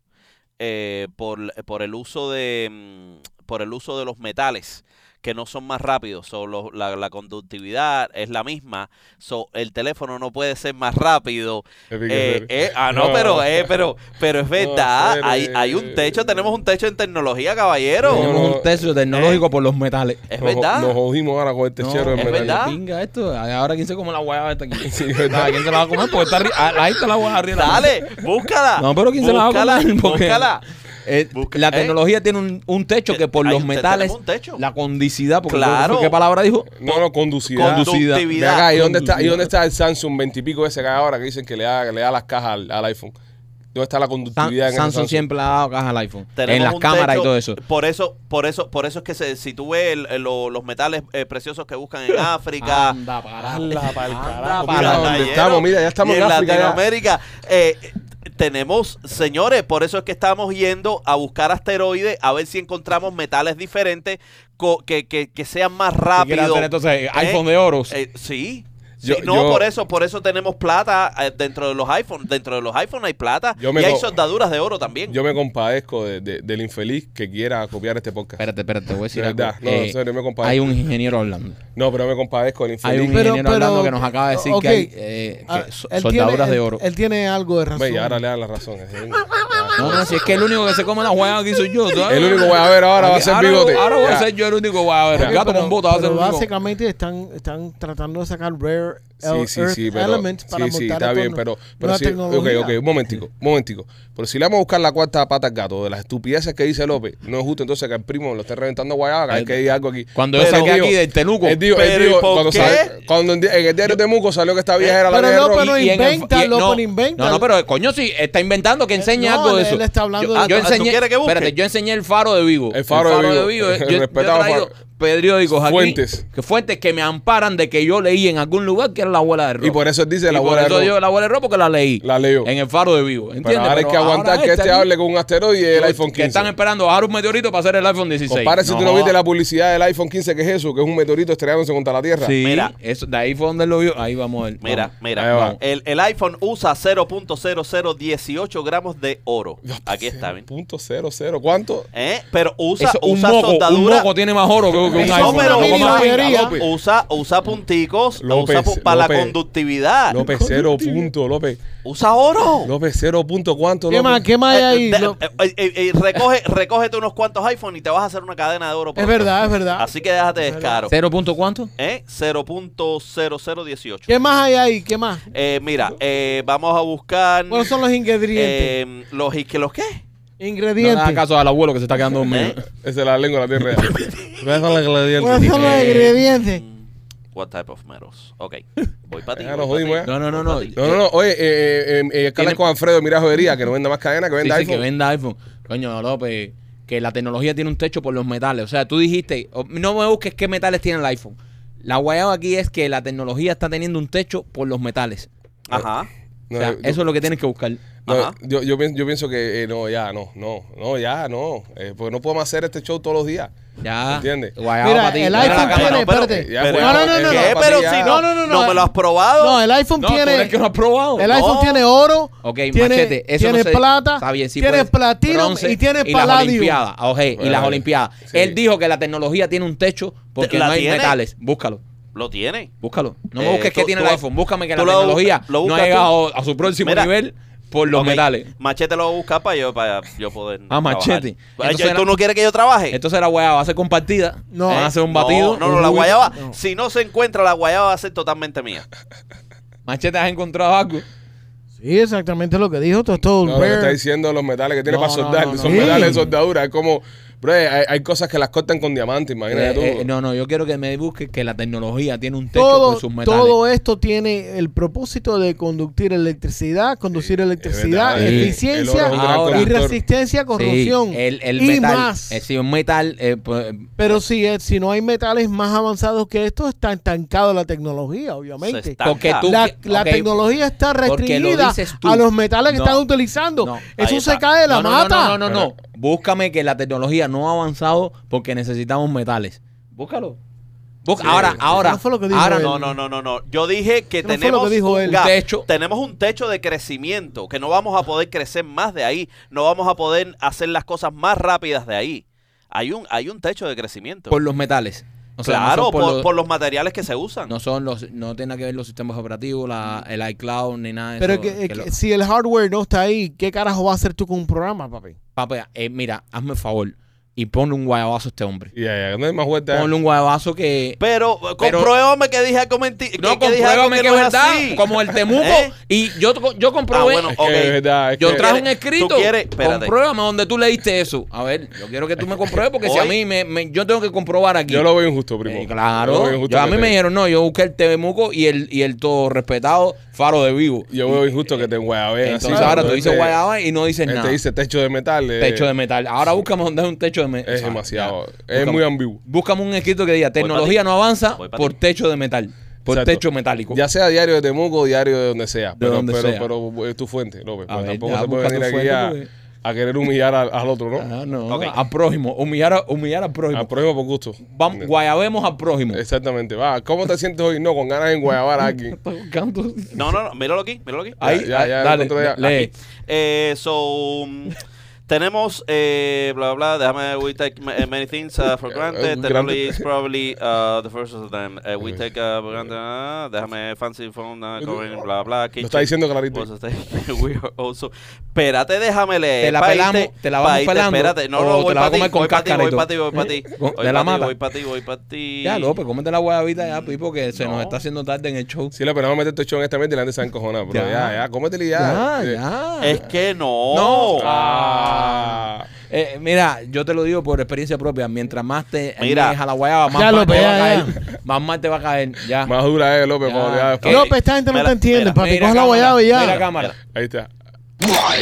S4: eh, por, por el uso de mm, por el uso de los metales que no son más rápidos, so, los- la, la conductividad es la misma, so, el teléfono no puede ser más rápido.
S1: Es
S4: eh,
S1: decir, que-
S4: eh, ah, no,
S1: No.
S4: pero, eh, pero, pero es verdad,
S1: pero,
S4: hay,
S1: eh,
S4: hay un techo, tenemos un techo en tecnología, caballero.
S1: No,
S2: Tenemos
S1: no,
S2: un
S4: eh,
S2: techo tecnológico por los metales.
S4: Es
S1: nos-
S4: verdad.
S1: Nos jodimos ahora con este el techero
S2: No,
S1: del
S4: es
S1: metal.
S4: verdad.
S2: Pinga esto. Ahora quién se come la guayaba esta aquí.
S4: *laughs*
S1: Sí,
S2: *laughs*
S1: es verdad.
S2: Ah, ¿Quién se la va a comer? Porque está arri- ah, ahí está la guayaba arriba. de la mesa.
S4: Dale, búscala.
S2: No, pero ¿quién se la va a
S4: búscala,
S2: comer? *laughs* Porque-
S4: Búscala.
S2: Eh,
S4: Busca-
S2: la
S4: eh.
S2: tecnología tiene un, un techo que por
S4: Hay
S2: los
S4: un-
S2: metales,
S4: tenemos un techo.
S2: la condicidad, porque
S4: Claro.
S2: ¿qué palabra dijo?
S1: No, no, conducirá.
S2: Conducirá. Conducida.
S1: Ve
S4: Conductividad.
S1: acá, ¿y dónde, está, ¿y dónde está el Samsung 20 y pico ese que hay ahora que dicen que le da, que le da las cajas al, al iPhone? ¿Dónde está la
S2: Sam-
S1: conductividad en ese
S2: Samsung siempre le ha dado caja al iPhone.
S4: Tenemos
S2: en las
S4: un
S2: cámaras y
S4: techo,
S2: todo eso.
S4: Por eso, por eso, por eso es que se- si tú ves el- el- lo- los metales eh, preciosos que buscan
S1: *laughs*
S4: en
S1: Ah.
S4: África,
S2: Anda, para.
S1: carajo,
S2: para
S1: mira
S4: Mira,
S1: dónde
S4: Nayero,
S1: estamos, mira, ya estamos
S4: y
S1: en,
S4: en
S1: África. ya.
S4: Latinoamérica. eh, tenemos, señores, por eso es que estamos yendo a buscar asteroides, a ver si encontramos metales diferentes co- que, que- que sean más
S2: Si quieres
S4: rápidos.
S2: hacer entonces iPhone de oros.
S4: Eh, sí.
S1: Yo-
S4: Sí, no,
S1: yo-
S4: por eso, por eso tenemos plata eh, dentro de los iPhones. Dentro de los iPhones hay plata
S1: Yo me
S4: y hay
S1: co-
S4: soldaduras de oro también.
S1: Yo me compadezco de- de- del infeliz que quiera copiar este podcast.
S2: Espérate, espérate, te voy a decir
S1: De
S2: algo.
S1: verdad, no,
S2: Eh,
S1: en serio, me compadezco.
S2: hay un ingeniero hablando.
S1: No, pero me compadezco del
S2: Hay
S1: infeliz.
S2: un
S3: Pero-
S2: ingeniero
S3: pero-
S2: hablando que nos acaba de decir
S3: ok.
S2: que hay eh,
S3: Ah,
S2: que so-
S3: él
S2: soldaduras
S3: tiene-
S2: de
S3: él-
S2: oro.
S3: Él, tiene algo de razón.
S1: Ve, y ahora le dan la razón. es decir,
S2: No, no, si es que el único que se come la guayaba aquí soy yo. ¿sabes?
S1: El único voy a ver ahora va a
S2: Aquí-
S1: ser bigote.
S2: Ahora voy a
S1: Ya.
S2: ser yo el único guayaba.
S3: Ok,
S2: El gato
S3: pero-
S2: con bota va a ser
S3: pero
S2: el único.
S3: básicamente están, están tratando de sacar rare
S1: Sí,
S3: el-
S1: sí,
S3: earth
S1: sí, pero,
S3: elements para
S1: sí, sí,
S3: montar
S1: está
S3: esto
S1: bien,
S3: en
S1: pero, pero
S3: nueva
S1: sí, ok,
S3: tecnología.
S1: ok, un momentico, un momentico. Pero si le vamos a buscar la cuarta pata al gato, de las estupideces que dice López, no es justo entonces que el primo lo esté reventando a guayaba, que hay que diga algo aquí.
S2: Cuando
S4: Pero,
S2: yo saqué
S1: digo,
S2: aquí del Teluco.
S1: Él dijo, él
S4: Pero, ¿y
S1: dijo,
S4: por
S1: cuando,
S4: qué?
S1: sal- cuando en, di- en el diario de Temuco salió que esta vieja era la
S3: pero
S1: vieja
S3: no,
S1: roja.
S3: pero-
S2: en el-
S3: inventa, loco, no inventa.
S2: No, no, pero eh, coño, sí, está inventando que enseñe
S3: Eh, no,
S2: algo de
S3: él-
S2: eso.
S3: él está hablando
S2: yo,
S4: de-
S2: yo
S4: Ah, ¿tú
S2: enseñé,
S4: quieres que busque?
S2: espérate, yo enseñé el faro de Vigo.
S1: El faro de Vigo.
S2: eh,
S1: El
S2: yo- yo he
S1: respetado
S2: traído
S1: faro.
S2: periódicos aquí.
S1: Fuentes.
S2: Que fuentes que me amparan de que yo leí en algún lugar que era la abuela de Rob.
S1: Y por eso él dice
S2: Y
S1: la
S2: por
S1: abuela de
S2: eso
S1: Rob.
S2: digo la abuela de Rob porque la leí.
S1: La leyó.
S2: En el faro de Vigo.
S1: Pero
S2: ¿Entiendes?
S1: ahora hay que aguantar que este hable con un asteroide y el iPhone
S2: Que están
S1: 15.
S2: esperando bajar un meteorito para hacer el iPhone 16.
S1: Compara si tú no
S2: jodas.
S1: viste la publicidad del iPhone 15, que es eso, que es un meteorito estrellándose contra la Tierra.
S2: Sí,
S4: Mira.
S2: eso, de ahí fue donde lo vio. Ahí vamos a ver.
S4: Mira,
S2: vamos.
S1: Ahí
S4: mira,
S1: va.
S4: el, el iPhone usa 0.0018 gramos de oro. Aquí está, ¿ven?
S1: Punto cero cero. ¿Cuánto?
S4: ¿Eh? Pero usa,
S2: Eso, un
S4: usa
S2: moco, un
S4: soldadura.
S2: moco tiene más oro que, que un
S4: No,
S2: iPhone.
S4: pero
S2: Loco,
S4: mira,
S2: más-
S3: mayoría.
S1: Venga, López.
S4: Usa, usa punticos,
S1: López,
S4: usa pu- para la
S1: López.
S4: conductividad.
S1: López, cero punto, López.
S4: Usa oro.
S1: López, cero punto, ¿cuánto?
S3: ¿Qué más?
S1: López?
S3: ¿Qué más hay
S4: Eh,
S3: ahí?
S4: de-
S3: Lo-
S4: eh, eh, eh, recoge, recógete unos cuantos iPhone y te vas a hacer una cadena de oro.
S3: es
S4: pronto.
S3: verdad, es verdad.
S4: Así que déjate descaro.
S2: ¿Cero punto cuánto?
S4: ¿Eh? 0.0018.
S3: ¿Qué más hay ahí? ¿Qué más?
S4: Eh, mira, eh, vamos a buscar
S3: ¿Cuáles son los ingredientes?
S4: eh, los, ¿qué- ¿los qué?
S2: No le hagas
S3: ingredientes.
S2: caso al abuelo que se está quedando dormido.
S4: ¿Eh?
S1: Esa es la lengua de la tierra.
S3: ¿Cuáles son los
S2: Eh,
S3: ingredientes?
S4: Mm, What type of metals?
S1: *laughs*
S4: Ok, voy para ti.
S1: Ya pues.
S4: voy
S1: nos jodimos, ya.
S4: pa' ti.
S2: No, no,
S1: *laughs*
S2: no, no.
S1: No, no, no. Oye, eh, eh, eh, eh,
S2: Tiene-
S1: Carlos con Alfredo, mira jodería, que no venda más cadena, que venda
S2: Dice que
S1: iPhone.
S2: venda iPhone. Coño, López, que la tecnología tiene un techo por los metales. O sea, tú dijiste, o- no me busques qué metales tiene el iPhone. La guayaba aquí es que la tecnología está teniendo un techo por los metales.
S4: Ajá.
S1: No,
S2: o sea,
S1: yo-
S2: eso es lo que tienes que buscar.
S1: no,
S4: Ajá.
S1: yo, yo pienso, yo pienso que eh, no, ya, no, no, no, ya, no. eh, porque no podemos hacer este show todos los días.
S2: Ya.
S1: Entiende.
S2: Guayaba
S3: Mira,
S2: pa' ti.
S3: el
S2: Mira la
S3: iPhone
S2: cámara.
S3: tiene,
S4: no, pero-
S3: espérate.
S1: Ya,
S4: Pero-
S1: guayaba,
S3: no, no, no,
S1: eh,
S3: no.
S4: ¿Qué?
S1: guayaba,
S4: Pero
S1: ya.
S4: si no, no, no,
S3: no,
S4: me
S3: eh.
S4: lo has probado.
S3: No, el iPhone
S2: No, tú
S3: tiene.
S2: eres que no has probado.
S3: El iPhone tiene oro,
S2: Ok,
S3: tiene,
S2: machete, eso
S3: tiene
S2: no se-
S3: plata,
S2: está bien, sí
S3: tiene
S2: puede-
S3: platino
S2: bronce
S3: y tiene
S2: las
S3: paladio.
S2: olimpiadas, ok, y
S1: Bueno,
S2: las olimpiadas.
S1: sí.
S2: Él dijo que la tecnología tiene un techo porque
S4: ¿La
S2: no hay
S4: tiene?
S2: metales. Búscalo,
S4: Lo tiene.
S2: búscalo. No
S4: Eh,
S2: me busques
S4: tú-
S2: qué tiene
S4: tú
S2: el
S4: lo-
S2: iPhone, búscame que la
S4: tú lo-
S2: tecnología
S4: lo
S2: no
S4: buscas
S2: ha
S4: tú.
S2: llegado a su próximo
S4: Mira.
S2: nivel por los
S4: Ok,
S2: metales.
S4: Machete lo voy a buscar para yo, para yo poder.
S2: Ah, Machete.
S4: trabajar. Ay,
S2: Entonces
S4: ¿Tú
S2: era-
S4: no quieres que yo trabaje?
S2: Entonces la guayaba va a ser compartida,
S3: No.
S2: van a hacer un
S4: Eh. No,
S2: batido.
S4: No, no,
S2: un
S4: la
S2: jugo.
S4: guayaba. Si no se encuentra, la guayaba va a ser totalmente mía.
S2: Machete, ¿has encontrado algo?
S3: Sí, exactamente lo que dijo. Todo esto es
S1: No, lo que está
S3: rare.
S1: diciendo los metales que tiene
S2: Oh, No,
S1: para
S2: no,
S1: soldar,
S2: no, no.
S1: son
S3: Sí.
S1: metales de soldadura. Es como, Bro, eh, hay, hay cosas que las cortan con diamante, imagínate
S2: Eh,
S1: tú.
S2: eh, no, no, yo quiero que me busques que la tecnología tiene un techo
S3: Todo,
S2: por sus metales.
S3: todo esto tiene el propósito de conducir electricidad, conducir
S1: Sí,
S3: electricidad,
S1: es verdad,
S2: sí.
S3: eficiencia
S1: El oro
S2: es un gran
S3: y
S1: conductor.
S3: resistencia a
S2: Sí,
S3: corrosión.
S2: el, el
S3: y
S2: metal,
S3: más.
S2: eh, sí, un metal. eh, pues,
S3: Pero si, es- si no hay metales más avanzados que esto, está estancado la tecnología, obviamente.
S4: Se estanca.
S2: Porque tú-
S3: La,
S2: Ok,
S3: la
S2: ok.
S3: tecnología está
S2: Porque lo
S3: restringida
S2: dices tú.
S3: a los metales que
S2: No,
S3: están utilizando.
S2: no,
S4: ahí
S3: Eso
S4: está.
S3: se cae de la
S2: no, no,
S3: mata.
S2: No, no, no, no. Búscame que la tecnología no ha avanzado porque necesitamos metales. Búscalo. Busca-
S1: Sí,
S2: ahora,
S1: sí.
S2: ahora.
S3: No fue lo que dijo
S2: ahora
S3: él.
S2: no.
S4: No, no, no, no, no. Yo dije que
S3: Eso no fue
S4: tenemos
S3: lo que dijo
S4: un
S3: él.
S4: gap,
S2: Techo.
S4: tenemos un techo de crecimiento, que no vamos a poder crecer más de ahí, no vamos a poder hacer las cosas más rápidas de ahí. Hay un, hay un techo de crecimiento.
S2: Por los metales. O sea, no
S4: claro,
S2: son
S4: por,
S2: los-
S4: por los materiales que se usan.
S2: no son los no tiene nada que ver los sistemas operativos la, el iCloud ni nada de
S3: Pero
S2: eso
S3: que- eh, que-
S2: lo-
S3: si el hardware no está ahí, ¿qué carajo vas a hacer tú con un programa, papi?
S2: Papá, eh, mira hazme el favor y ponle un guayabazo a este hombre
S1: Y allá, no hay más vuelta.
S2: ponle un guayabazo que
S4: Pero, eh,
S2: Pero-
S4: compruébame que dije algo menti-
S2: no
S4: que, que dije algo
S2: compruébame que, es
S4: no
S2: verdad
S4: así.
S2: como el Temuco
S4: *laughs* ¿Eh?
S2: y yo yo comprobé
S4: Ah, bueno,
S1: Es
S4: ok.
S1: que es verdad. es
S2: Yo
S1: que-
S2: traje un
S4: quieres-
S2: escrito.
S4: tú quieres- espérate.
S2: Compruébame donde tú leíste eso. A ver, yo quiero que tú me compruebes porque si
S4: Hoy-
S2: a mí me, me- yo tengo que comprobar aquí.
S1: Yo lo veo injusto, primo.
S2: Eh,
S1: Yo lo
S2: claro.
S1: veo injusto
S2: Yo- a
S1: que
S2: mí
S1: te-
S2: me dijeron, no, yo busqué el Tebemuco y el, y el todo respetado Faro de Vivo.
S1: Yo veo injusto que te enguayaben. así,
S2: Entonces
S1: ¿no?
S2: ahora tú
S1: Este-
S2: dices guayaba y no dices
S1: Él
S2: nada.
S1: te dice techo de metal. eh,
S2: techo de metal. Ahora búscame donde es un techo de metal.
S1: Es demasiado. Es muy ambiguo.
S2: Búscame un escrito que diga,
S4: Voy pa'
S2: tecnología
S4: ti.
S2: no avanza
S4: Voy pa'
S2: por
S4: ti.
S2: techo de metal. Por
S1: Exacto.
S2: techo metálico.
S1: Ya sea diario de Temuco o diario de donde sea. pero,
S2: donde
S1: pero,
S2: sea.
S1: pero es tu fuente, López.
S2: A
S1: pues
S2: ver,
S1: tampoco
S2: ya,
S1: se puede
S2: busca tu
S1: venir aquí
S2: fuente,
S1: a,
S2: porque-
S1: a querer humillar al, al otro, ¿no?
S2: Ah, no,
S4: Ok.
S2: al prójimo. Humillar, a- humillar al prójimo.
S1: Al prójimo por gusto.
S2: Vamos, guayabemos al prójimo.
S1: Exactamente. Va, ¿cómo te sientes hoy? No, con ganas de enguayabar a
S2: *laughs*
S1: alguien.
S2: Está buscando-
S4: No, no, no, míralo aquí, míralo aquí.
S2: Ahí,
S1: ya,
S2: ahí,
S1: ya,
S2: dale,
S1: encontré ya.
S2: lee.
S4: Eh, so,
S1: *laughs*
S4: mm, tenemos, eh, bla, bla, bla, déjame, we take ma- eh, many things uh,
S1: *laughs*
S4: for
S1: Eh,
S4: granted.
S1: eh,
S4: Technology
S1: granted.
S4: is probably uh, the first of them. Eh, we take uh, for granted, ah, déjame fancy phone, uh, covering, bla, bla.
S1: Lo está diciendo clarito.
S4: was a thing. *laughs* we are also... Espérate, déjame leer.
S2: Te la
S4: pa' irte-
S2: pelamos, te la
S4: pa'
S2: vamos
S4: irte,
S2: pelando,
S4: Espérate, no,
S2: o
S4: no,
S2: te
S4: voy
S2: la vas
S4: para
S2: a
S4: ti,
S2: comer con
S4: voy para ti,
S2: cáscara y
S4: voy
S2: todo.
S4: para ti, voy para ti.
S2: ¿Eh?
S4: Voy
S2: De la
S4: pa' ti,
S2: mata.
S4: Voy para ti, voy para ti.
S2: Ya, pues, López, cómete la guayabita ya, Pipo, que se nos
S4: No.
S2: está haciendo tarde en el show.
S1: Si le esperamos meter tu este show en esta mente y la gente se va a encojonar, bro.
S2: Ya.
S1: Ya, ya, cómetele ya.
S2: Ya,
S1: Eh,
S2: ya.
S4: Es que no.
S2: No.
S1: Ah.
S2: Eh, mira, yo te lo digo por experiencia propia. Mientras más te
S4: Mira.
S2: niegues a la guayaba, más
S3: Ya,
S2: mal
S3: López,
S2: te va a
S3: ya,
S2: caer. Más mal te va a caer. Ya.
S1: Más dura es, López,
S2: Ya.
S1: por favor, ya, después.
S4: ¿Qué?
S3: López, esta gente no
S4: Mira,
S3: te entiende,
S4: mira,
S3: papi.
S2: Mira
S3: Coge la
S2: cámara,
S3: guayaba y ya.
S2: Mira cámara.
S1: Ahí está.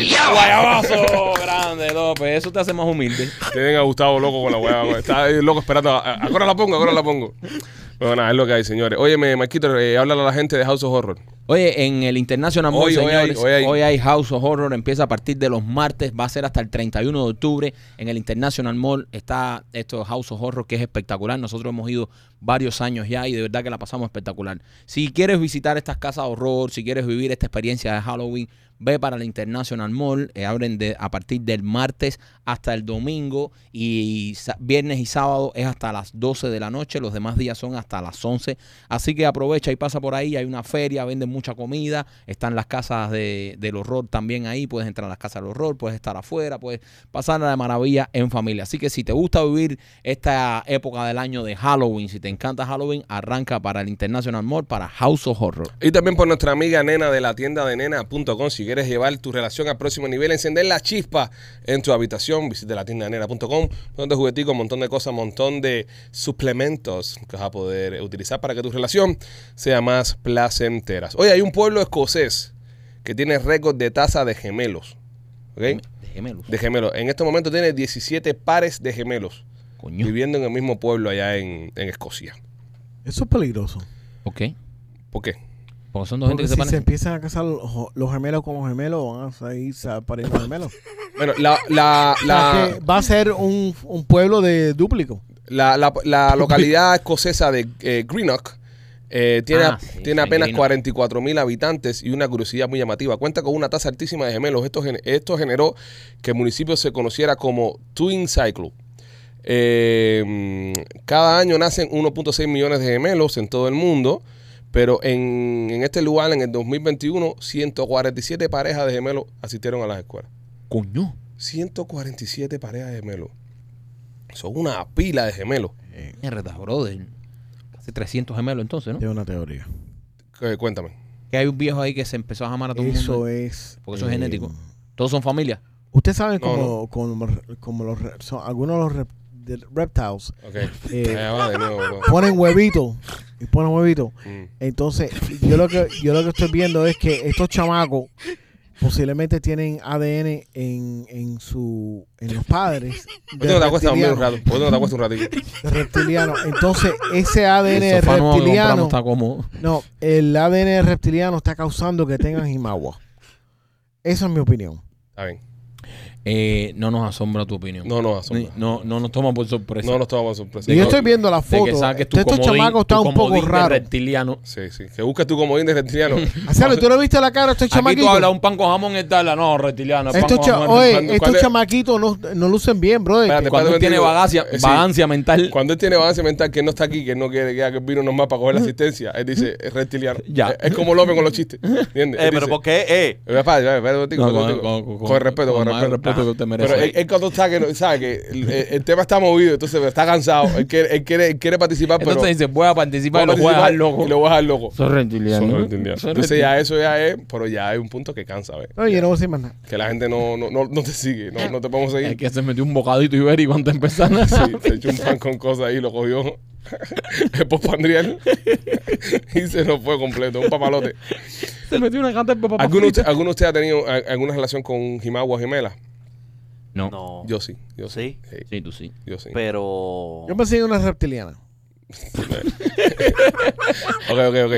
S2: Guayabazo, grande, López. Eso te hace más humilde.
S1: Tienen a Gustavo loco con la hueá. güey. Está ahí loco esperando. a- a- Ahora la pongo, ahora la pongo. Bueno, nada, es lo que hay, señores. Oye, Marquito, eh, háblale a la gente de House of Horror.
S2: Oye, en el International Mall,
S1: Hoy, hoy hay,
S2: señores, hoy
S1: hoy
S2: hay,
S1: hay.
S2: House of Horror, empieza a partir de los martes, va a ser hasta el 31 de octubre. En el International Mall está esto House of Horror, que es espectacular. Nosotros hemos ido varios años ya y de verdad que la pasamos espectacular. Si quieres visitar estas casas de horror, si quieres vivir esta experiencia de Halloween, ve para el International Mall. Eh, abren de, a partir del martes hasta el domingo y sa- viernes y sábado es hasta las 12 de la noche. Los demás días son hasta las 11. Así que aprovecha y pasa por ahí. Hay una feria, venden mucha comida. Están las casas de- del horror también ahí. Puedes entrar a las casas del horror, puedes estar afuera, puedes pasar la maravilla en familia. Así que si te gusta vivir esta época del año de Halloween, si te encanta Halloween, arranca para el International Mall, para House of Horror.
S1: Y también por nuestra amiga nena de la tienda de nena.com. Si quieres llevar tu relación al próximo nivel, encender la chispa en tu habitación, visita la tienda de nena.com. Un montón de jugueticos, un montón de cosas, un montón de suplementos que vas a poder utilizar para que tu relación sea más placentera. Oye, hay un pueblo escocés que tiene récord de tasa de gemelos. ¿ok?
S2: Déjemelo.
S1: De gemelos. En este momento tiene 17 pares de gemelos
S2: Coño.
S1: viviendo en el mismo pueblo allá en, en Escocia.
S3: Eso es peligroso.
S2: Ok.
S1: ¿Por qué?
S2: Porque son dos gente que
S3: Porque si
S2: se
S3: se
S2: parecen.
S3: empiezan a casar los, los gemelos con los gemelos, van a salir a parir
S2: *laughs*
S3: los gemelos.
S1: Bueno, la, la,
S3: O sea,
S1: la,
S3: que va a ser un, un pueblo de dúplico.
S1: la, la-
S2: *laughs*
S1: la localidad escocesa de eh, Greenock eh, tiene,
S2: Ah, sí, sí,
S1: tiene apenas
S2: Greenock.
S1: 44 mil habitantes y una curiosidad muy llamativa. Cuenta con una tasa altísima de gemelos. Esto, gen- esto generó que el municipio se conociera como Twin Cycle. Eh, mm, cada año nacen 1.6 millones de gemelos en todo el mundo, pero en, en este lugar, en el 2021, 147 parejas de gemelos asistieron a las escuelas.
S2: Coño.
S1: 147 parejas de gemelos. Son una pila de gemelos.
S2: Mierda, brother. Casi 300 gemelos entonces, ¿no?
S3: Tengo una teoría.
S1: Eh, cuéntame.
S2: Que hay un viejo ahí que se empezó a amar a todo el mundo.
S3: Eso es.
S2: Porque eso
S3: eh,
S2: es genético. Todos son familia.
S3: Ustedes saben
S1: No,
S3: cómo, cómo- cómo los re- son- algunos de los rep- de reptiles
S1: Ok.
S3: Eh,
S1: Allá va de nuevo, bro.
S3: ponen huevitos y ponen huevitos.
S1: Mm.
S3: Entonces, yo lo que yo lo que estoy viendo es que estos chamacos posiblemente tienen ADN en, en su en los padres
S1: Yo tengo
S3: de
S1: la acuesta dormir un
S3: reptiliano,
S1: rato. Yo tengo la acuesta un ratito.
S3: de reptiliano. Entonces, ese ADN
S2: El sofá nuevo que compramos
S3: reptiliano
S2: está como
S3: no, el ADN reptiliano está causando que tengan Himawa. Esa es mi opinión.
S1: Está bien.
S2: Eh, no nos asombra tu opinión.
S1: No, no,
S2: Ni-
S1: asombra.
S2: no, no nos toma por sorpresa.
S1: No nos tomamos sorpresa.
S3: Y yo
S2: que-
S3: estoy viendo la
S2: de que
S3: foto.
S2: saques tu
S3: Estos
S2: comodín-
S3: chamacos están
S2: tu
S3: un poco
S2: comodín de
S3: raros.
S2: reptiliano.
S1: Sí, sí. Que busques tu comodín de
S2: *laughs*
S1: reptiliano.
S3: Hacerlo, ¿tú no viste la cara de estos
S2: Aquí tú
S3: chamaquitos?
S2: hablas un pan con jamón es darla. No, reptiliano. el pan
S3: Estos,
S2: con
S3: cha-
S2: jamón es
S3: oye, eh,
S1: cuando-
S3: estos
S1: cuando-
S3: chamaquitos no, no lucen bien, bro.
S1: Espérate, espérate
S2: Cuando él
S1: un
S2: tiene
S1: momentico.
S2: vagancia,
S1: Eh, sí.
S2: vagancia mental,
S1: Cuando él tiene avance mental que él no está aquí, que él no quiere que que vino nomás para coger la asistencia, él dice, es reptiliano.
S2: Ya.
S1: Es, es como López con los chistes. ¿Entiendes?
S4: Eh,
S1: Él
S4: pero
S1: dice,
S4: ¿por qué? Eh,
S1: "Eh, papá, ya, espérate un momentico, espérate un
S2: No, con-
S1: momentico".
S2: con- con-
S1: Con respeto,
S2: con
S1: con
S2: más
S1: respeto. Ah,
S2: respeto que usted merece.
S1: Pero eh, él, él cuando está, que no- sabe que el, el- el tema está movido, entonces está cansado, él quiere, él quiere, él quiere participar, eh, pero...
S2: entonces dice, voy a participar y
S1: voy
S2: lo
S1: a
S2: voy a
S1: participar
S2: dejar loco.
S1: Y lo voy a dejar loco.
S2: Soy reptiliano.
S1: Solo reptiliano.
S2: Soy
S1: Entonces
S2: reptiliano.
S1: ya eso ya es, pero ya hay un punto que cansa, ¿ves?
S3: Oye, no voy a decir más nada.
S1: Que la gente no, no, no, no te sigue, no, no te podemos
S2: Es
S1: seguir.
S2: que se metió un bocadito ibérico antes de empezar. ¿no?
S1: Sí, se echó un pan con cosas ahí, lo cogió *laughs* el pospandrial *laughs* y se lo fue completo, un papalote.
S2: se metió una canta de papá.
S1: ¿Alguno de usted- alguno de ustedes ha tenido a- alguna relación con un Jimagua gemela?
S2: No.
S4: no.
S1: Yo sí, yo sí,
S4: sí, Pues.
S2: Sí, tú sí.
S1: yo sí.
S4: pero.
S3: Yo pensé en una reptiliana.
S1: Ok, ok, ok.